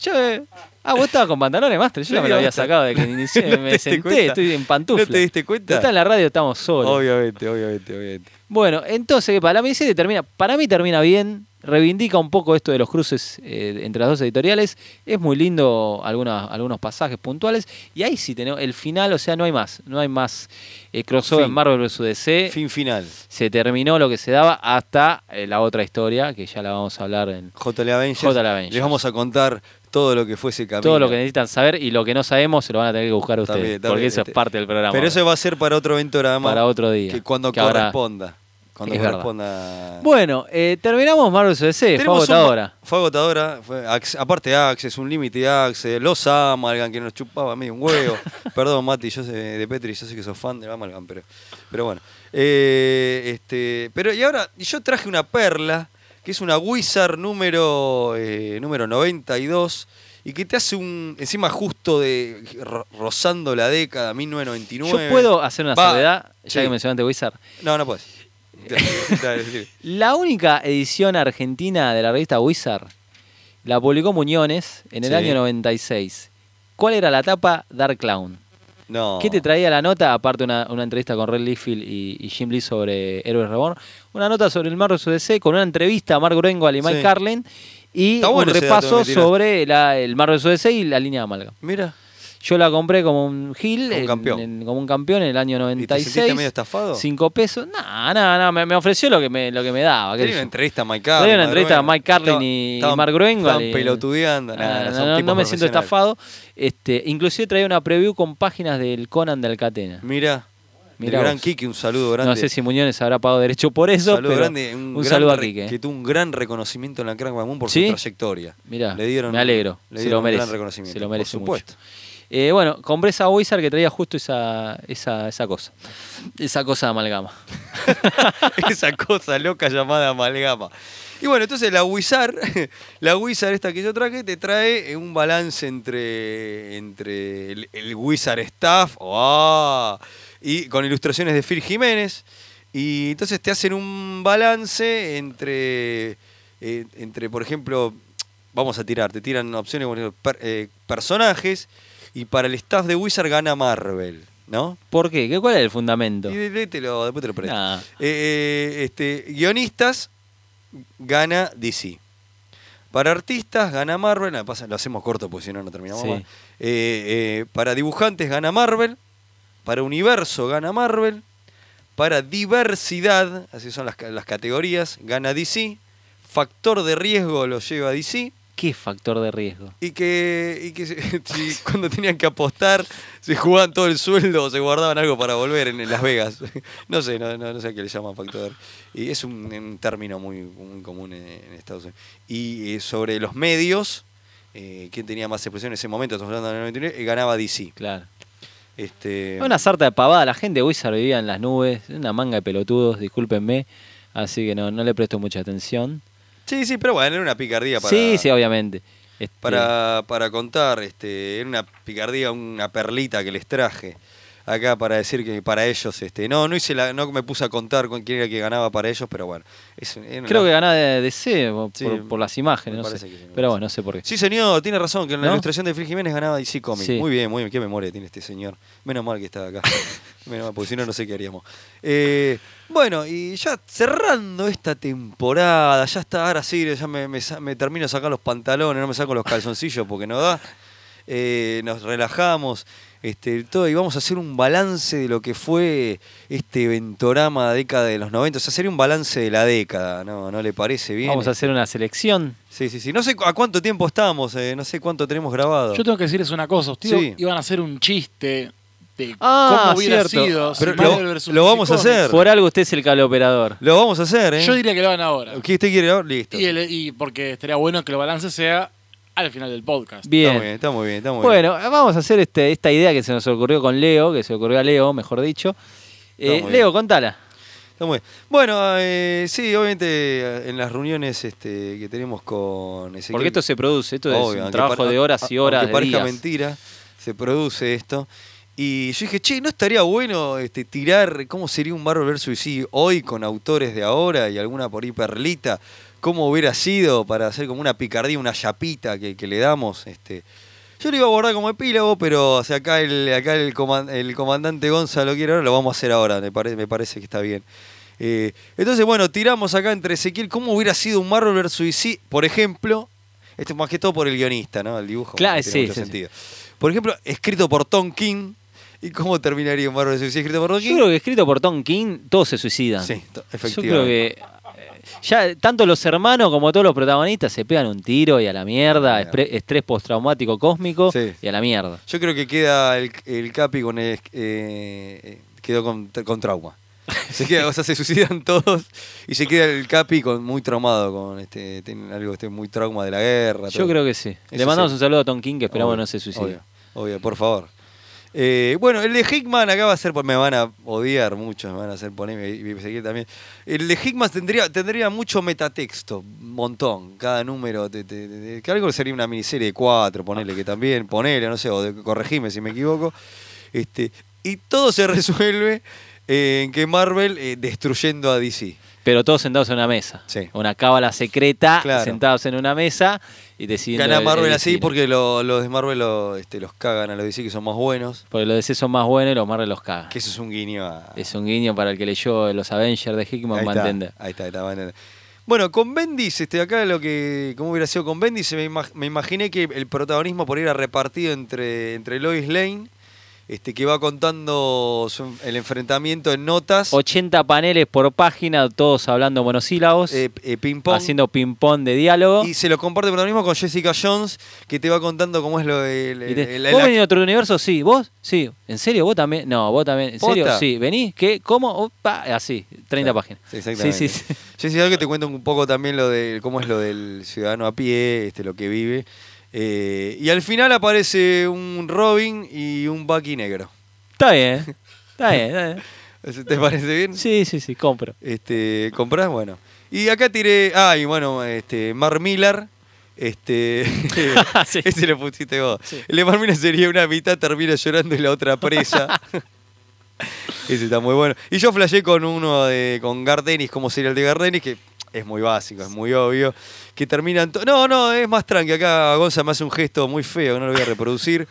D: Yo, eh, ah, vos estabas con pantalones, Master. Yo no me lo había
C: Basta.
D: sacado de que inicié.
C: ¿No te
D: me
C: diste
D: senté,
C: cuenta?
D: estoy en pantufla.
C: ¿No te diste cuenta?
D: Está en la radio, estamos solos.
C: Obviamente, obviamente, obviamente.
D: Bueno, entonces, para mí, sí termina, para mí termina bien, reivindica un poco esto de los cruces eh, entre las dos editoriales, es muy lindo algunas, algunos pasajes puntuales, y ahí sí tenemos el final, o sea, no hay más, no hay más eh, crossover
C: Fin.
D: Marvel vs. DC,
C: Fin final.
D: se terminó lo que se daba hasta eh, la otra historia, que ya la vamos a hablar en
C: JL Avengers.
D: JL Avengers.
C: Les vamos a contar todo lo que fue ese camino.
D: todo lo que necesitan saber, y lo que no sabemos se lo van a tener que buscar
C: Está
D: ustedes,
C: bien, está
D: porque
C: bien,
D: eso
C: este-
D: es parte del programa.
C: Pero eso va a ser para otro Ventorama.
D: Para otro día,
C: Que cuando
D: que habrá-
C: corresponda. Cuando
D: Es verdad.
C: corresponda.
D: Bueno, eh, terminamos Marvel vs. DC, fue
C: Tenemos un-
D: agotadora.
C: Fue agotadora. Fue Ax- aparte Access, un límite Access, los Amalgam, que nos chupaba medio un huevo. Perdón, Mati, yo sé, de Petri, yo sé que sos fan de Amalgam, pero, pero bueno. Eh, este, pero y ahora, y yo traje una perla, que es una Wizard número, eh, número 92, y que te hace un, encima justo de ro- rozando la década, 1999.
D: Yo puedo hacer una
C: Va,
D: salvedad, ya
C: sí.
D: que mencionaste Wizard.
C: No, no puedes. Dale, sí.
D: La única edición argentina de la revista Wizard la publicó Muñones en el
C: Sí.
D: año 96. ¿Cuál era la tapa? Dark Clown.
C: No.
D: ¿Qué te traía la nota? Aparte una, una entrevista con Red Liefeld y, y Jim Lee sobre Héroes Reborn. Una nota sobre el Marvel DC con una entrevista a Mark Grenwell y Mike
C: Sí.
D: Carlin. Y
C: Está
D: un
C: bueno ese dato que
D: repaso
C: me tiraste.
D: sobre la- el Marvel DC y la línea de Amalgam.
C: Mira.
D: Yo la compré como un
C: Como
D: Gil,
C: un
D: en-
C: campeón.
D: en- como un campeón en el año
C: ¿Y te
D: 96.
C: sentiste medio estafado?
D: Cinco pesos. No, no, no, me, me ofreció lo que me, lo que me daba. qué
C: Tenía
D: sé
C: una
D: yo.
C: entrevista a Mike
D: Tenía
C: Carlin.
D: una entrevista a Mike Carlin
C: Estaban-
D: y, y
C: estaban-
D: Mark Groenwald.
C: Estaban
D: y-
C: pelotudeando. Nah,
D: Ah,
C: nah,
D: no,
C: son
D: no,
C: tipos
D: no me siento
C: profesionales.
D: estafado. Este, inclusive traía una preview con páginas del Conan de Alcatena.
C: Mira.
D: Mirá
C: el gran
D: vos.
C: Kiki, un saludo grande.
D: No sé si Muñones habrá pagado derecho por eso,
C: saludo
D: pero
C: grande,
D: un,
C: gran
D: saludo a
C: re-
D: Quique. eh.
C: Que tuvo un gran reconocimiento en la Crack Moon por
D: ¿Sí?
C: su trayectoria.
D: Mirá,
C: Le dieron-
D: me alegro.
C: le
D: se
C: dieron
D: lo
C: un
D: merece.
C: gran reconocimiento,
D: Se lo
C: por
D: merece
C: supuesto.
D: mucho. Eh, bueno, compré esa Wizard que traía justo esa, esa, esa cosa. Esa cosa de amalgama.
C: Esa cosa loca llamada amalgama. Y bueno, entonces la Wizard, la Wizard esta que yo traje, te trae eh, un balance entre, entre el, el Wizard Staff ¡ah! y con ilustraciones de Phil Jiménez. Y entonces te hacen un balance entre, eh, entre por ejemplo, vamos a tirar, te tiran opciones, por ejemplo, per- eh, personajes, y para el staff de Wizard gana Marvel, ¿no?
D: ¿Por qué? ¿Qué- ¿Cuál era el fundamento?
C: Y léetelo, después te lo presto.
D: Nah.
C: Eh, eh, este, guionistas gana DC. Para artistas gana Marvel. Ah, pasa, lo hacemos corto porque si no, no terminamos
D: Sí.
C: más. Eh, eh, para dibujantes gana Marvel. Para universo gana Marvel. Para diversidad, así son las, ca- las categorías, gana DC. Factor de riesgo lo lleva DC.
D: ¿Qué factor de riesgo?
C: Y que, y que se- si cuando tenían que apostar, se jugaban todo el sueldo o se guardaban algo para volver en, en Las Vegas. No sé, no, no, no sé a qué le llaman factor. Y es un, un término muy, muy común en, en Estados Unidos. Y eh, sobre los medios, eh, ¿quién tenía más expresión en ese momento? Estamos hablando del 99, eh, ganaba DC.
D: Claro.
C: Este,
D: Una sarta de pavada, la gente de Wizard vivía en las nubes, una manga de pelotudos, discúlpenme, así que no, no le presto mucha atención.
C: Sí, sí, pero bueno, era una picardía para...
D: sí, sí, obviamente. Este,
C: para, para contar, este, era una picardía, una perlita que les traje acá para decir que para ellos, este, no, no hice la, no me puse a contar con quién era el que ganaba para ellos, pero bueno. es- era una-
D: Creo que ganaba de DC por,
C: Sí,
D: por- por las imágenes,
C: me
D: no sé.
C: parece que sí, me
D: Pero
C: parece.
D: bueno, no sé por qué.
C: Sí, señor, tiene razón, que en la
D: ¿No?
C: ilustración de Phil Jiménez ganaba DC Comics.
D: Sí.
C: Muy bien, muy bien, qué memoria tiene este señor. Menos mal que estaba acá. Menos mal, porque si no, no sé qué haríamos. Eh, bueno, y ya cerrando esta temporada, ya está, ahora sí, ya me, me sa- me termino de sacar los pantalones, no me saco los calzoncillos porque no da. Eh, nos relajamos este, todo, y vamos a hacer un balance de lo que fue este ventorama década de los 90. O sea, sería un balance de la década, ¿no? ¿No le parece bien?
D: Vamos a hacer una selección.
C: Sí, sí, sí. No sé cu- a cuánto tiempo estamos, eh, no sé cuánto tenemos grabado.
E: Yo tengo que decirles una cosa. Ustedes
C: Sí.
E: iban a hacer un chiste de
D: Ah,
E: cómo hubiera
D: cierto.
E: sido. si
C: Pero lo-
E: Marvel versus
C: lo vamos a
E: DC Comics.
C: hacer.
D: Por algo usted es el cableoperador.
C: Lo vamos a hacer, ¿eh?
E: Yo diría que lo hagan ahora.
C: ¿Qué usted quiere ahora? Listo.
E: Y, el- y porque estaría bueno que el balance sea al final del podcast.
C: Está
D: Bien.
C: muy bien, está muy bien, está muy bien.
D: Bueno, vamos a hacer este, esta idea que se nos ocurrió con Leo, que se ocurrió a Leo, mejor dicho. Eh,
C: Está muy
D: Leo,
C: bien.
D: contala.
C: Está muy bien. Bueno, eh, sí, obviamente eh, en las reuniones este, que tenemos con Ezequiel.
D: Porque esto se produce, esto
C: Obvio,
D: es un
C: aunque
D: trabajo
C: par-
D: de horas y
C: a-
D: horas,
C: aunque
D: de
C: parezca
D: días.
C: mentira, se produce esto. Y yo dije, che, ¿no estaría bueno este, tirar cómo sería un Marvel vs. DC hoy con autores de ahora y alguna por ahí perlita? ¿Cómo hubiera sido para hacer como una picardía, una chapita que, que le damos? Este, yo lo iba a guardar como epílogo, pero o sea, acá, el, acá el, coman- el comandante Gonzalo quiere ahora, lo vamos a hacer ahora, me, pare- me parece que está bien. Eh, entonces, bueno, tiramos acá entre Ezequiel cómo hubiera sido un Marvel vs. DC, por ejemplo, esto más que todo por el guionista, ¿no? El dibujo.
D: Claro,
C: no
D: sí,
C: tiene mucho
D: sí, sí.
C: sentido. Por ejemplo, escrito por Tom King. ¿Y cómo terminaría un Marvel vs. DC escrito por Tom
D: Yo
C: King?
D: creo que escrito por Tom King, todos se suicidan.
C: Sí, to-
D: Yo creo que eh, ya tanto los hermanos como todos los protagonistas se pegan un tiro y a la mierda,
C: Mierda.
D: espre- estrés postraumático cósmico
C: Sí.
D: y a la mierda.
C: Yo creo que queda el, el Capi con. el- eh, quedó con, con trauma. Se queda, o sea, se suicidan todos y se queda el Capi con muy traumado, con este, tiene algo este, muy trauma de la guerra.
D: Yo
C: todo.
D: creo que sí. Le
C: Eso
D: mandamos
C: sí.
D: un saludo a Tom King que esperamos
C: Obvio,
D: no se suicide.
C: Obvio, obvio, por favor. Eh, bueno, el de Hickman acá va a ser, pues, me van a odiar mucho, me van a hacer ponerme y Ezequiel también. El de Hickman tendría, tendría mucho metatexto, un montón, cada número, te- te- te- que algo sería una miniserie de cuatro, ponele que también, ponele, no sé, o de- corregime si me equivoco. Este, y todo se resuelve eh, en que Marvel eh, destruyendo a DC.
D: Pero todos sentados en una mesa.
C: Sí.
D: Una cábala secreta,
C: Claro.
D: sentados en una mesa y decidiendo.
C: Gana
D: el- el
C: Marvel así
D: destino.
C: porque lo- los de Marvel lo, este, los cagan a los DC que son más buenos.
D: Porque los deseos son más buenos y los Marvel los cagan.
C: Que eso es un guiño a,
D: Es un guiño para el que leyó los Avengers de Hickman,
C: Ahí
D: va a
C: está,
D: entender.
C: Ahí está, ahí está, va a entender. Bueno, con Bendis, este, acá lo que. ¿Cómo hubiera sido con Bendis? Me, ima- me imaginé que el protagonismo por ahí era repartido entre, entre Lois Lane, este, que va contando su en- el enfrentamiento en notas,
D: 80 paneles por página, todos hablando monosílabos,
C: eh, eh, ping-pong.
D: haciendo ping-pong de diálogo.
C: Y se lo comparte el protagonismo con Jessica Jones, que te va contando cómo es lo del.
D: Y te-
C: el- el-
D: ¿Vos
C: la-
D: venís de otro universo? Sí. ¿Vos? Sí. ¿En serio? ¿Vos también? No, vos también. ¿En serio?
C: ¿Posta?
D: Sí. ¿Venís? ¿Qué? ¿Cómo? Opa, Así, 30 páginas.
C: Sí, exactamente.
D: Sí, sí, sí.
C: Jessica Jones que te cuenta un poco también lo de cómo es lo del ciudadano a pie, este, lo que vive. Eh, y al final aparece un Robin y un Bucky negro.
D: Está bien. ¿eh? Está bien. está bien.
C: ¿Eso ¿Te parece bien?
D: Sí, sí, sí, compro.
C: Este, ¿Comprás? Bueno. Y acá tiré. Ah, y bueno, este, Mar Miller. Este,
D: Ah, Sí.
C: Ese lo pusiste vos. El de Mar Miller sería una mitad termina llorando y la otra presa. Ese está muy bueno. Y yo flashé con uno de. con Gardenis, como sería el de Gardenis, que es muy básico, es muy obvio. Que terminan. to- No, no, es más tranqui. Acá Gonza me hace un gesto muy feo, que no lo voy a reproducir.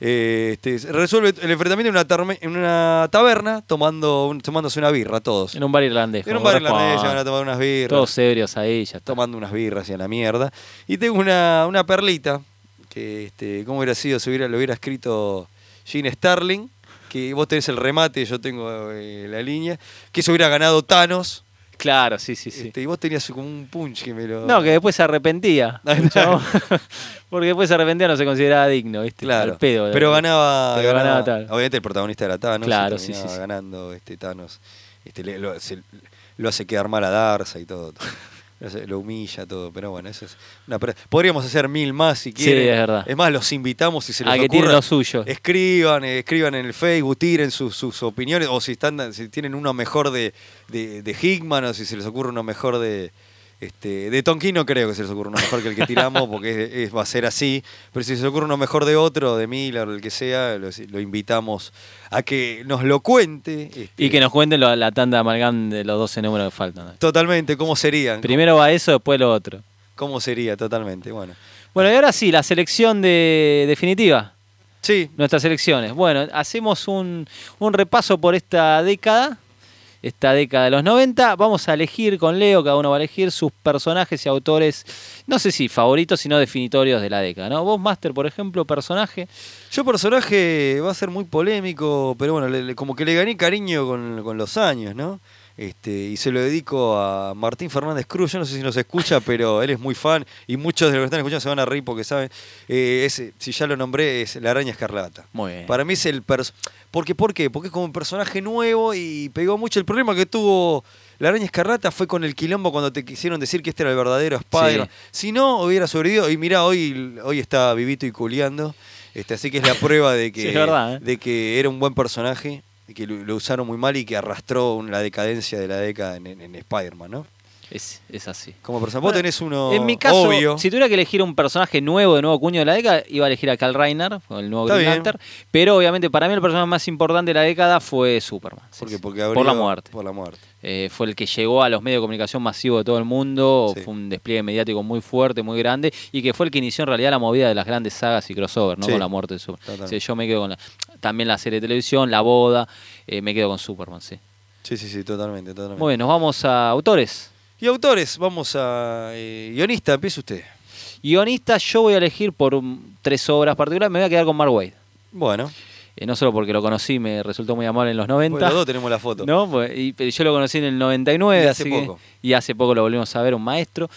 C: Eh, este, resuelve el enfrentamiento en una, tarme- en una taberna tomando un- tomándose una birra todos.
D: En un bar irlandés.
C: En un
D: como
C: bar irlandés se
D: corresponde.
C: van a tomar unas birras.
D: Todos ebrios ahí, ya está.
C: Tomando unas birras y a la mierda. Y tengo una, una perlita que, este, ¿cómo hubiera sido si hubiera, lo hubiera escrito Gene Starling? Que vos tenés el remate, yo tengo eh, la línea. Que eso hubiera ganado Thanos.
D: Claro, sí, sí, sí.
C: Este, y vos tenías como un punch que me lo.
D: No, que después se arrepentía.
C: Ahí está.
D: Chabón. Porque después se arrepentía, no se consideraba digno, ¿viste?
C: Claro.
D: Al pedo.
C: pero ganaba,
D: Pero ganaba Thanos.
C: Obviamente el protagonista era Thanos.
D: Claro,
C: y
D: sí, sí,
C: terminaba
D: sí.
C: ganando este, Thanos. Este, le- lo, se- lo hace quedar mal a Darza y todo. Lo hace- Lo humilla todo, pero bueno, eso es una per- Podríamos hacer mil más si
D: Sí,
C: quieren.
D: es verdad.
C: más, los invitamos y se
D: A
C: les
D: que tiren
C: ocurra,
D: lo suyo.
C: Escriban, eh, escriban en el Facebook, tiren sus, sus opiniones, o si están, si tienen uno mejor de, de, de Hickman, o si se les ocurre uno mejor de. Este, de Tonkin no creo que se les ocurra uno mejor que el que tiramos, porque es- es- va a ser así. Pero si se les ocurre uno mejor de otro, de Miller, el que sea, lo, lo invitamos a que nos lo cuente. este,
D: Y que nos cuenten lo- la tanda de amalgam de los 12 números que faltan.
C: Totalmente, cómo sería.
D: Primero va eso, después lo otro.
C: Cómo sería, totalmente. Bueno.
D: Bueno, y ahora sí, la selección de definitiva.
C: Sí,
D: Nuestras selecciones. Bueno, hacemos un, un repaso por esta década. Esta década de los 90. Vamos a elegir con Leo, cada uno va a elegir sus personajes y autores, no sé si favoritos, sino definitorios de la década. ¿no? Vos, Master, por ejemplo, personaje.
C: Yo personaje va a ser muy polémico, pero bueno, le- le- como que le gané cariño con, con los años, ¿no? Este, y se lo dedico a Martín Fernández Cruz. Yo no sé si nos escucha, pero él es muy fan y muchos de los que están escuchando se van a reír porque saben. Eh, es- si ya lo nombré, es La Araña Escarlata.
D: Muy bien.
C: Para mí es el. pers- Porque, ¿Por qué? Porque es como un personaje nuevo y pegó mucho. El problema que tuvo La Araña Escarlata fue con el quilombo cuando te quisieron decir que este era el verdadero Spider. Si no, hubiera sobrevivido. Y mirá, hoy, hoy está vivito y culeando. Este, así que es la prueba de que,
D: Sí, es verdad, ¿eh?
C: de que era un buen personaje, de que lo, lo usaron muy mal y que arrastró un- la decadencia de la década en, en- en Spider-Man, ¿no?
D: Es, es así.
C: Como persona.
D: Bueno,
C: Vos tenés uno
D: En mi caso,
C: obvio.
D: si tuviera que elegir un personaje nuevo de nuevo cuño de la década, iba a elegir a Karl Reiner, con el nuevo
C: Está
D: Green
C: bien.
D: Lantern. Pero obviamente para mí el personaje más importante de la década fue Superman. Sí,
C: ¿Por qué?
D: sí.
C: Porque
D: por la
C: abrió-
D: muerte.
C: Por la muerte.
D: Eh, fue el que llegó a los medios de comunicación masivos de todo el mundo,
C: Sí.
D: fue un despliegue mediático muy fuerte, muy grande, y que fue el que inició en realidad la movida de las grandes sagas y crossover, ¿no?
C: Sí.
D: Con la muerte de Superman.
C: Totalmente.
D: Sí, yo me quedo con la- también la serie de televisión, la boda, eh, me quedo con Superman, sí.
C: Sí, sí, sí, totalmente, totalmente.
D: Muy bien, nos vamos a autores.
C: Y autores, vamos a. eh, guionista, empieza usted.
D: Guionista, yo voy a elegir por mm, tres obras particulares, me voy a quedar con Mark Wade.
C: Bueno,
D: Eh, no solo porque lo conocí, me resultó muy amable en los 90.
C: bueno, los dos tenemos la foto.
D: ¿no? Pues, y- pero yo lo conocí en el 99,
C: Y hace
D: así que-
C: poco.
D: y hace poco lo volvimos a ver, un maestro.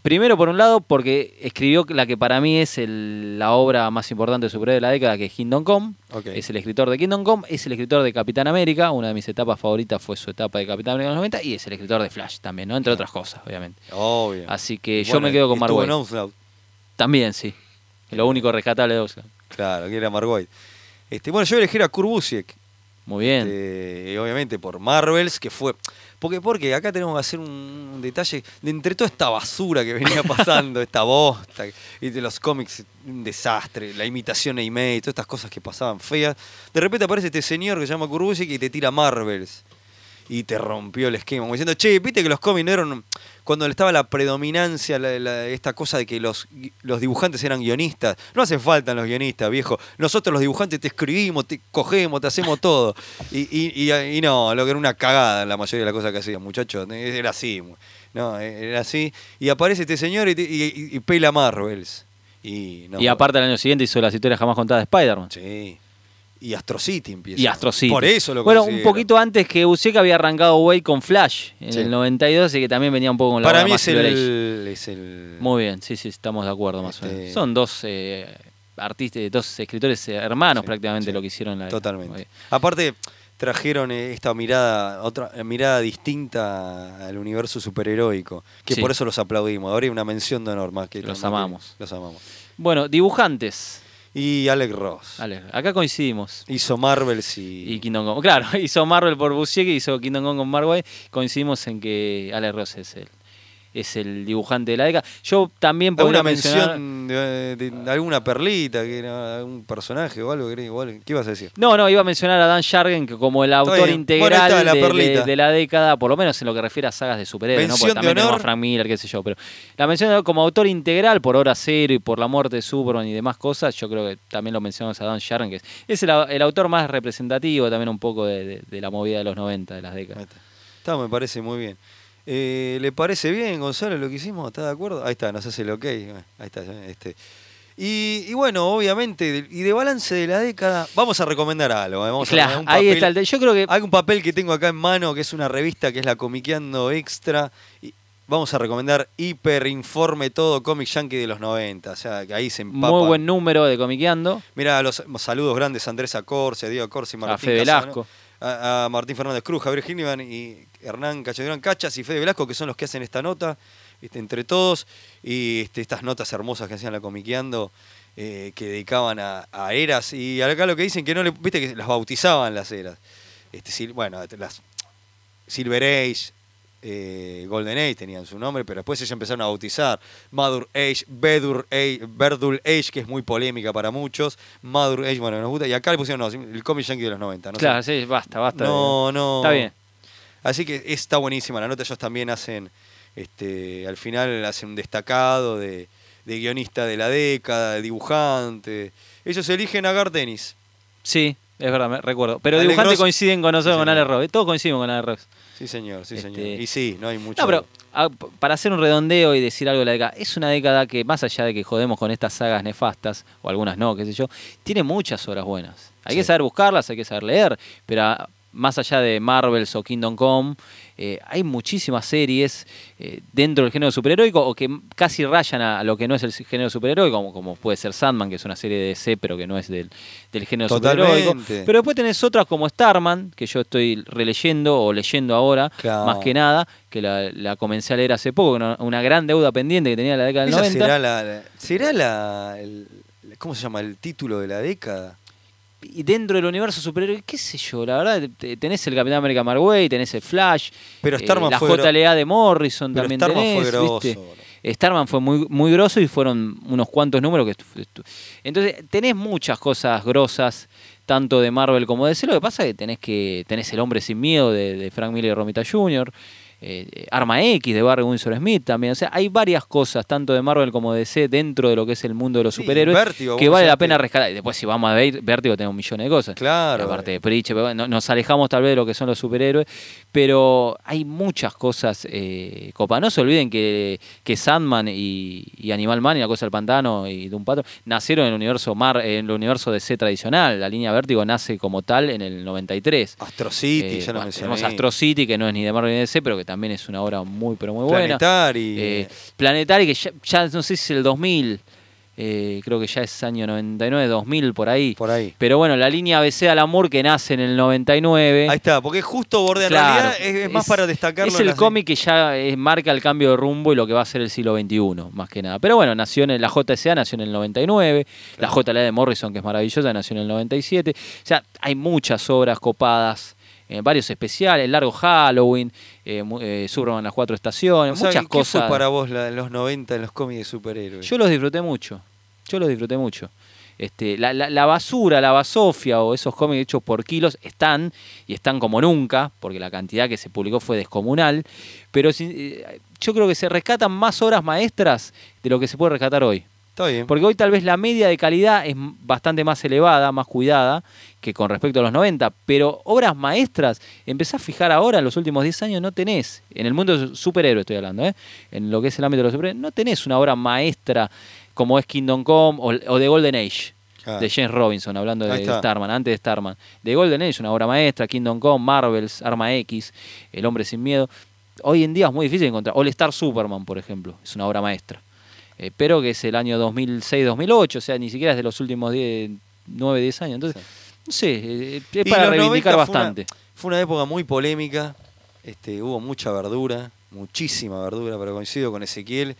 D: Primero, por un lado, porque escribió la que para mí es el- la obra más importante de superhéroe de la década, que es Kingdom Come.
C: Ok.
D: Es el escritor de Kingdom Come, es el escritor de Capitán América. Una de mis etapas favoritas fue su etapa de Capitán América en los 90 y es el escritor de Flash también, ¿no? Entre otras cosas, obviamente.
C: Obvio.
D: Así que yo
C: Bueno,
D: me quedo con
C: estuvo
D: Margot.
C: en Onslaught.
D: También, sí. Lo único rescatable de Oxlack.
C: Claro, que era Margot. Este, bueno, yo voy a elegir a Kurt Busiek.
D: Muy bien.
C: Este, y obviamente por Marvels, que fue. Porque, porque acá tenemos que hacer un, un detalle de entre toda esta basura que venía pasando, esta bosta, y de los cómics, un desastre, la imitación a email, todas estas cosas que pasaban feas. De repente aparece este señor que se llama Kurbusiek y te tira Marvels. Y te rompió el esquema, como diciendo, che, viste que los cómics no eran. Cuando estaba la predominancia, la- la- esta cosa de que los, gui- los dibujantes eran guionistas. No hacen falta los guionistas, viejo. Nosotros los dibujantes te escribimos, te cogemos, te hacemos todo. Y, y- y- y no, lo que era una cagada la mayoría de las cosas que hacían, muchachos. Era así. mu- No, era así. Y aparece este señor y, te- y- y- y pela Marvels. Y, no,
D: y aparte, el año siguiente hizo las historias jamás contadas de Spider-Man.
C: Sí. Y Astro City empieza.
D: Y Astro City.
C: Por eso lo
D: Bueno, un
C: considero.
D: poquito antes que Useca había arrancado Wade con Flash en
C: Sí.
D: el 92, así que también venía un poco con la
C: Para
D: obra
C: mí
D: más
C: es
D: Liberation.
C: el, es el-
D: Muy bien, sí, sí, estamos de acuerdo más o
C: Este-
D: menos. Son dos eh, artistas, dos escritores eh, hermanos
C: Sí,
D: prácticamente
C: sí.
D: lo que hicieron. La, Muy
C: Totalmente.
D: bien.
C: Aparte, trajeron eh, esta mirada, otra eh, mirada distinta al universo superheroico, que
D: Sí.
C: por eso los aplaudimos. Ahora hay una mención de honor más que
D: Los
C: más que-
D: amamos.
C: los amamos.
D: Bueno, dibujantes.
C: Y Alec Ross.
D: Ale, acá coincidimos.
C: Hizo Marvels y,
D: Y Kingdom Come. Claro, hizo Marvel por Busiek y hizo Kingdom Come con Mark Waid. Coincidimos en que Ale Ross es el, es el dibujante de la década. Yo también podría
C: alguna
D: mencionar...
C: mención de, de alguna perlita, que era algún personaje o algo, que- o algo. ¿qué ibas a decir?
D: No, no, iba a mencionar a Dan Shargen que como el autor
C: bien. Bueno,
D: integral
C: está, la
D: de- de,
C: perlita.
D: de la década, por lo menos en lo que refiere a sagas de superhéroes, ¿no?
C: Mención
D: Porque
C: de
D: también tenemos a
C: honor.
D: Frank Miller, qué sé yo, pero la mención de honor como autor integral por Hora Cero y por la muerte de Superman y demás cosas, yo creo que también lo mencionamos a Dan Shargen, que es, es el, au- el autor más representativo también un poco de, de- de la movida de los 90, de las décadas.
C: Está. Está, me parece muy bien. Eh, ¿Le parece bien, Gonzalo, lo que hicimos? ¿Está de acuerdo? Ahí está, nos hace el ok. Ahí está. Este. Y, y bueno, obviamente, de- y de balance de la década, vamos a recomendar algo. eh, Vamos a
D: Claro,
C: recomendar un
D: ahí
C: papel.
D: está el... de- Yo creo que...
C: Hay un papel que tengo acá en mano, que es una revista que es la Comiqueando Extra. Y vamos a recomendar Hiperinforme Todo Comic Yankee de los 90. O sea, que ahí se empapa.
D: Muy buen número de Comiqueando.
C: Mira, los saludos grandes a Andrés Acorce, a Diego Acorce, Martín
D: A Fede
C: Casano,
D: Velasco.
C: a, a Martín Fernández Cruz, Javier Gilman y Hernán Cachadurán Cachas y Fede Velasco, que son los que hacen esta nota, este, entre todos, y este, estas notas hermosas que hacían la comiqueando, eh, que dedicaban a, a eras, y acá lo que dicen que no le, viste que las bautizaban las eras. Este, sí, bueno, las Silver Age, eh, Golden Age tenían su nombre, pero después ellos empezaron a bautizar. Madur Age, Bedur Age, Verdul Age, que es muy polémica para muchos. Madur Age, bueno, nos gusta. Y acá le pusieron no, el cómic yankee de los 90. No sé.
D: claro, sí, basta, basta.
C: No,
D: de-
C: no.
D: Está bien.
C: Así que está buenísima la nota. Ellos también hacen, este, al final hacen un destacado de, de guionista de la década, de dibujante. Ellos eligen a Gar Dennis.
D: Sí, es verdad, me- recuerdo. Pero
C: Ale
D: dibujantes
C: Gross-
D: coinciden con nosotros,
C: Sí,
D: con
C: señor.
D: Ale Ross. ¿eh? Todos coincidimos con Ale Ross.
C: Sí, señor, sí,
D: Este-
C: señor. Y sí, no hay mucho.
D: No, pero ah, p- para hacer un redondeo y decir algo de la década, es una década que, más allá de que jodemos con estas sagas nefastas, o algunas no, qué sé yo, tiene muchas horas buenas. Hay que
C: Sí.
D: saber buscarlas, hay que saber leer, pero ah, más allá de Marvels o Kingdom Come, eh, hay muchísimas series eh, dentro del género superheroico o que m- casi rayan a, a lo que no es el género superheroico, como, como puede ser Sandman, que es una serie de DC, pero que no es del, del género
C: Totalmente.
D: superheroico. Pero después tenés otras como Starman, que yo estoy releyendo o leyendo ahora,
C: Claro.
D: más que nada, que la, la comencé a leer hace poco, una, una gran deuda pendiente que tenía en la década del
C: Esa
D: 90.
C: será la. la- será la- el- ¿Cómo se llama? El título de la década.
D: y dentro del universo superhéroe, qué sé yo, la verdad, te- tenés el Capitán América Marway, tenés el Flash, eh,
C: Pero Starman
D: la
C: fue gro-
D: JLA de Morrison
C: Pero
D: también
C: Starman fue
D: tenés,
C: grosso,
D: ¿viste?
C: bro.
D: Starman fue muy, muy grosso y fueron unos cuantos números que... estu- estu- Entonces, tenés muchas cosas grosas, tanto de Marvel como de DC, lo que pasa es que tenés, que, tenés El Hombre Sin Miedo de, de Frank Miller y Romita Jr., eh, eh, Arma X de Barry Windsor Smith también, o sea, hay varias cosas, tanto de Marvel como de DC, dentro de lo que es el mundo de los
C: Sí,
D: superhéroes,
C: Vértigo,
D: que
C: vos
D: vale la
C: decías
D: pena
C: que-
D: rescatar. Y después, si vamos a ver, Vértigo, tenemos millones de cosas.
C: Claro.
D: Aparte de Preacher, pero bueno, nos alejamos tal vez de lo que son los superhéroes, pero hay muchas cosas eh, copa. No se olviden que, que Sandman y, y Animal Man y la cosa del pantano y de un pato nacieron en el universo Mar, en el universo DC tradicional. La línea Vértigo nace como tal en el 93.
C: Astro City,
D: Eh,
C: ya lo
D: bueno,
C: mencioné.
D: tenemos Astro City, que no es ni de Marvel ni de DC, pero que también es una obra muy, pero muy buena.
C: Planetary.
D: Eh, Planetary, que ya, ya no sé si es el 2000, eh, creo que ya es año 99, 2000, por ahí.
C: Por ahí.
D: Pero bueno, la línea ABC al amor que nace en el 99.
C: Ahí está, porque es justo borde
D: Eh. Claro,
C: realidad, es, es más para destacarlo.
D: Es
C: en
D: el
C: las-
D: cómic que ya eh, marca el cambio de rumbo y lo que va a ser el siglo XXI, más que nada. Pero bueno, nació en el- la JSA nació en el 99, la JLA de Morrison, que es maravillosa, nació en el 97. O sea, hay muchas obras copadas, eh, varios especiales, Largo Halloween, eh, mu- eh, Superman las cuatro
C: O
D: estaciones,
C: sea,
D: muchas
C: ¿qué
D: cosas.
C: fue para vos la- en los 90 en los cómics de superhéroes?
D: Yo los disfruté mucho. Yo los disfruté mucho. Este, la, la- la basura, la basofia o esos cómics hechos por kilos están y están como nunca, porque la cantidad que se publicó fue descomunal. Pero sin- eh, yo creo que se rescatan más obras maestras de lo que se puede rescatar hoy.
C: Está bien.
D: Porque hoy tal vez la media de calidad es m- bastante más elevada, más cuidada que con respecto a los 90, pero obras maestras, empezás a fijar ahora, en los últimos 10 años no tenés, en el mundo de su- superhéroe estoy hablando, ¿eh? en lo que es el ámbito de los superhéroes, no tenés una obra maestra como es Kingdom Come o, o The Golden Age.
C: Ah.
D: De James Robinson, hablando de,
C: Ahí está.
D: Starman, antes de Starman. The Golden Age, una obra maestra, Kingdom Come, Marvels, Arma X, El Hombre Sin Miedo. Hoy en día es muy difícil encontrar. All Star Superman, por ejemplo, es una obra maestra. Eh, pero que es el año 2006-2008, o sea, ni siquiera es de los últimos 10, 9, 10 años. Entonces, no sé, eh, es
C: Y
D: para
C: los 90 fue
D: reivindicar
C: una-
D: bastante.
C: Fue una, época muy polémica, este, hubo mucha verdura, muchísima verdura, pero coincido con Ezequiel,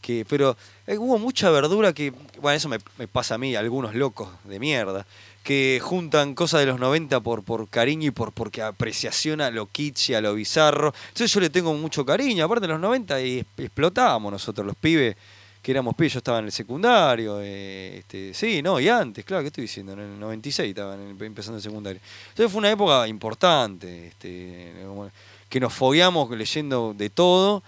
C: que, pero eh, hubo mucha verdura que, bueno, eso me, me pasa a mí, algunos locos de mierda, que juntan cosas de los 90 por, por cariño y por porque apreciación a lo kitsch y a lo bizarro. Entonces yo le tengo mucho cariño, aparte de los 90 y es- explotábamos nosotros los pibes. Que éramos pibes, yo estaba en el secundario, eh, este, sí, no, y antes, claro, ¿qué estoy diciendo? En el 96 estaba en el- empezando el secundario. Entonces fue una época importante, este, como que nos fogueamos leyendo de todo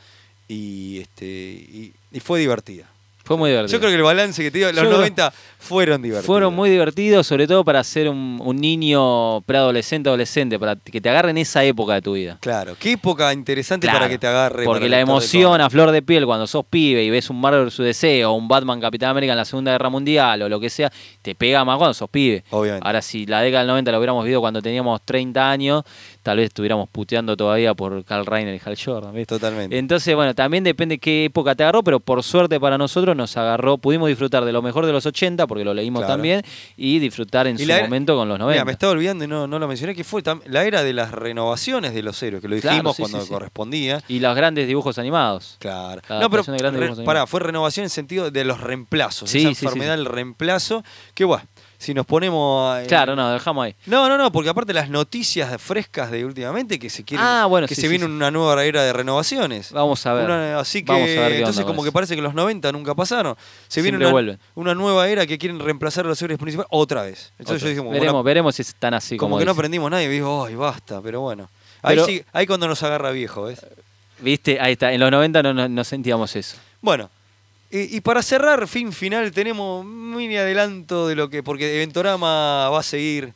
C: y, este, y, y fue divertida.
D: Fue muy divertido.
C: Yo creo que el balance que te digo,
D: Yo
C: los
D: creo-
C: 90 fueron divertidos.
D: Fueron muy divertidos, sobre todo para ser un, un niño preadolescente, adolescente, para que te agarren esa época de tu vida.
C: Claro, qué época interesante
D: Claro,
C: para que te agarre. para
D: Porque
C: el
D: la
C: lector de
D: emoción
C: cómics.
D: a flor de piel cuando sos pibe y ves un Marvel vs. DC o un Batman Capitán América en la Segunda Guerra Mundial o lo que sea, te pega más cuando sos pibe.
C: Obviamente.
D: Ahora, si la década del 90 la hubiéramos visto cuando teníamos 30 años, tal vez estuviéramos puteando todavía por Carl Reiner y Hal Jordan. ¿viste?
C: Totalmente.
D: Entonces, bueno, también depende qué época te agarró, pero por suerte para nosotros nos agarró, pudimos disfrutar de lo mejor de los 80, porque lo leímos
C: Claro.
D: también, y disfrutar en
C: Y
D: su
C: la era-
D: momento con los 90.
C: Mira, me estaba olvidando y no, no lo mencioné, que fue tam- la era de las renovaciones de los héroes, que lo dijimos
D: Claro, sí,
C: cuando
D: sí, sí.
C: correspondía.
D: Y los grandes dibujos animados.
C: Claro.
D: La
C: no, pero
D: adaptación de grandes
C: re-
D: dibujos
C: pará,
D: animados.
C: fue renovación en sentido de los reemplazos.
D: Sí,
C: esa
D: sí, sí,
C: enfermedad del reemplazo. Que bueno, si nos ponemos. a-
D: Claro, no, dejamos ahí.
C: No, no, no, porque aparte las noticias frescas de últimamente que se quieren.
D: Ah, bueno,
C: que
D: sí,
C: se
D: sí,
C: viene
D: sí.
C: una nueva era de renovaciones.
D: Vamos a ver.
C: Una- así que
D: Vamos a ver qué onda
C: entonces
D: con
C: como
D: eso.
C: que parece que los 90 nunca pasaron. Se
D: Siempre
C: viene una,
D: vuelven.
C: una nueva era que quieren reemplazar a los héroes principales otra vez. Entonces
D: Otra.
C: yo dije como,
D: veremos,
C: bueno,
D: veremos si es tan así
C: como
D: como,
C: que no
D: dice.
C: aprendimos nadie, y digo, ay, basta, pero bueno. Ahí,
D: Pero-
C: sí- ahí cuando nos agarra viejo, ¿ves?
D: Viste, ahí está. En los 90 no, no- no sentíamos eso.
C: Bueno, y, y para cerrar, fin final, tenemos un mini adelanto de lo que, porque Eventorama va a seguir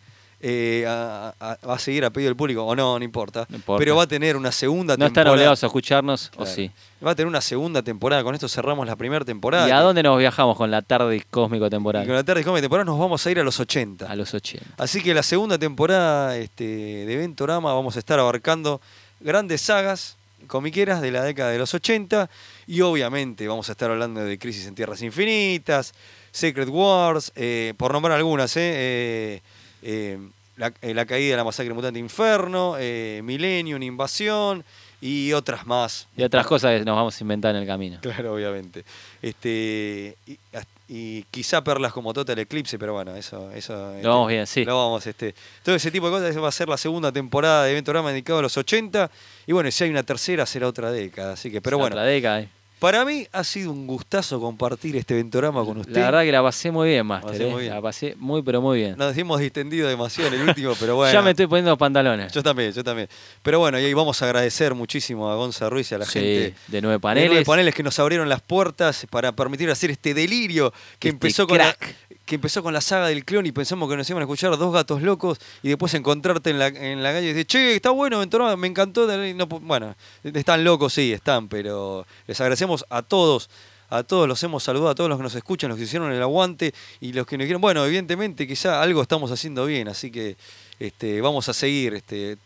C: eh, a, a- a seguir a pedido del público o no, no importa.
D: No importa.
C: Pero va a tener una segunda
D: No están
C: temporada.
D: obligados a escucharnos, o
C: Claro.
D: sí.
C: Va a tener una segunda temporada. Con esto cerramos la primera temporada.
D: ¿Y a dónde nos viajamos con la tarde cósmico
C: Y con
D: temporal?
C: la tarde de Comedia temporada nos vamos a ir a los 80.
D: A los 80.
C: Así que la segunda temporada este, de Ventorama vamos a estar abarcando grandes sagas comiqueras de la década de los 80 y obviamente vamos a estar hablando de Crisis en Tierras Infinitas, Secret Wars, eh, por nombrar algunas, eh, eh, eh, la, eh, la caída de la masacre mutante Inferno, eh, Millennium, Invasión y otras más.
D: Y otras cosas que nos vamos a inventar en el camino.
C: Claro, obviamente. Este, y, as- y quizá perlas como Total Eclipse, pero bueno, eso... eso este,
D: vamos bien, sí.
C: Lo vamos, este. Todo ese tipo de cosas, esa va a ser la segunda temporada de Eventorama dedicado a los 80. Y bueno, si hay una tercera, será otra década. Así que, pero
D: Es
C: bueno,
D: Otra década. eh.
C: para mí ha sido un gustazo compartir este Eventorama con usted.
D: La verdad que la pasé muy bien,
C: pasé
D: Master.
C: muy
D: eh.
C: bien.
D: La pasé muy, pero muy bien.
C: Nos hemos distendido demasiado en el último, pero bueno.
D: Ya me estoy poniendo los pantalones.
C: Yo también, yo también. Pero bueno, y ahí vamos a agradecer muchísimo a Gonza Ruiz y a la
D: Sí,
C: gente.
D: de nueve
C: de nueve
D: paneles.
C: paneles que nos abrieron las puertas para permitir hacer este delirio que
D: Este
C: empezó con la,
D: crack.
C: que empezó con la saga del clon y pensamos que nos iban a escuchar dos gatos locos y después encontrarte en la, en la calle y decir, che, está bueno, Ventorama, me encantó. dale", no pu- bueno, están locos, sí, están, pero les agradecemos a todos. A todos los hemos saludado, a todos los que nos escuchan, los que hicieron el aguante y los que nos dijeron, bueno, evidentemente quizá algo estamos haciendo bien, así que este, vamos a seguir, este,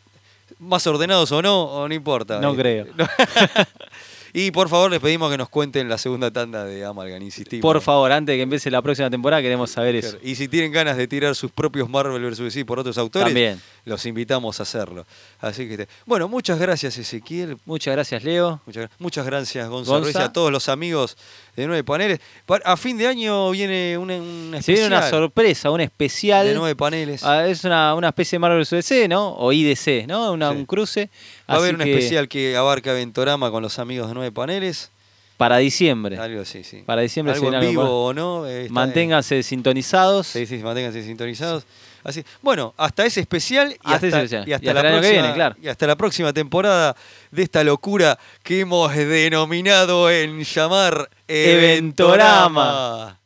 C: más ordenados o no, o no importa.
D: No
C: Eh,
D: creo.
C: y por favor les pedimos que nos cuenten la segunda tanda de Amalgam, insistimos.
D: Por favor, antes de que empiece la próxima temporada queremos saber eso.
C: Y si tienen ganas de tirar sus propios Marvel vs. DC por otros autores,
D: También.
C: los invitamos a hacerlo. Así que, este, bueno, muchas gracias Ezequiel.
D: Muchas gracias, Leo.
C: Muchas, muchas gracias Gonzalo
D: Gonza.
C: Ruiz y a todos los amigos de Nueve Paneles. Pa- A fin de año viene una, un
D: Se viene una
C: especial
D: sorpresa, un especial.
C: de Nueve Paneles.
D: Ah, es una, una especie de Marvel DC, ¿no? O IDC, ¿no? Una-
C: Sí.
D: Un cruce.
C: Va a
D: Así
C: haber un
D: que
C: especial que abarca Ventorama con los amigos de Nueve Paneles.
D: Para diciembre.
C: Algo así, sí.
D: Para diciembre se
C: algo en
D: viene algo
C: vivo
D: con-
C: o no. eh, está-
D: Manténganse sintonizados.
C: Sí, sí, manténganse sintonizados. Así, bueno, hasta ese especial y hasta,
D: Hasta ese Ah, este especial.
C: y hasta
D: Y hasta
C: la
D: el año que
C: próxima,
D: viene, claro.
C: y hasta la próxima temporada de esta locura que hemos denominado en llamar
D: Eventorama.
C: Eventorama.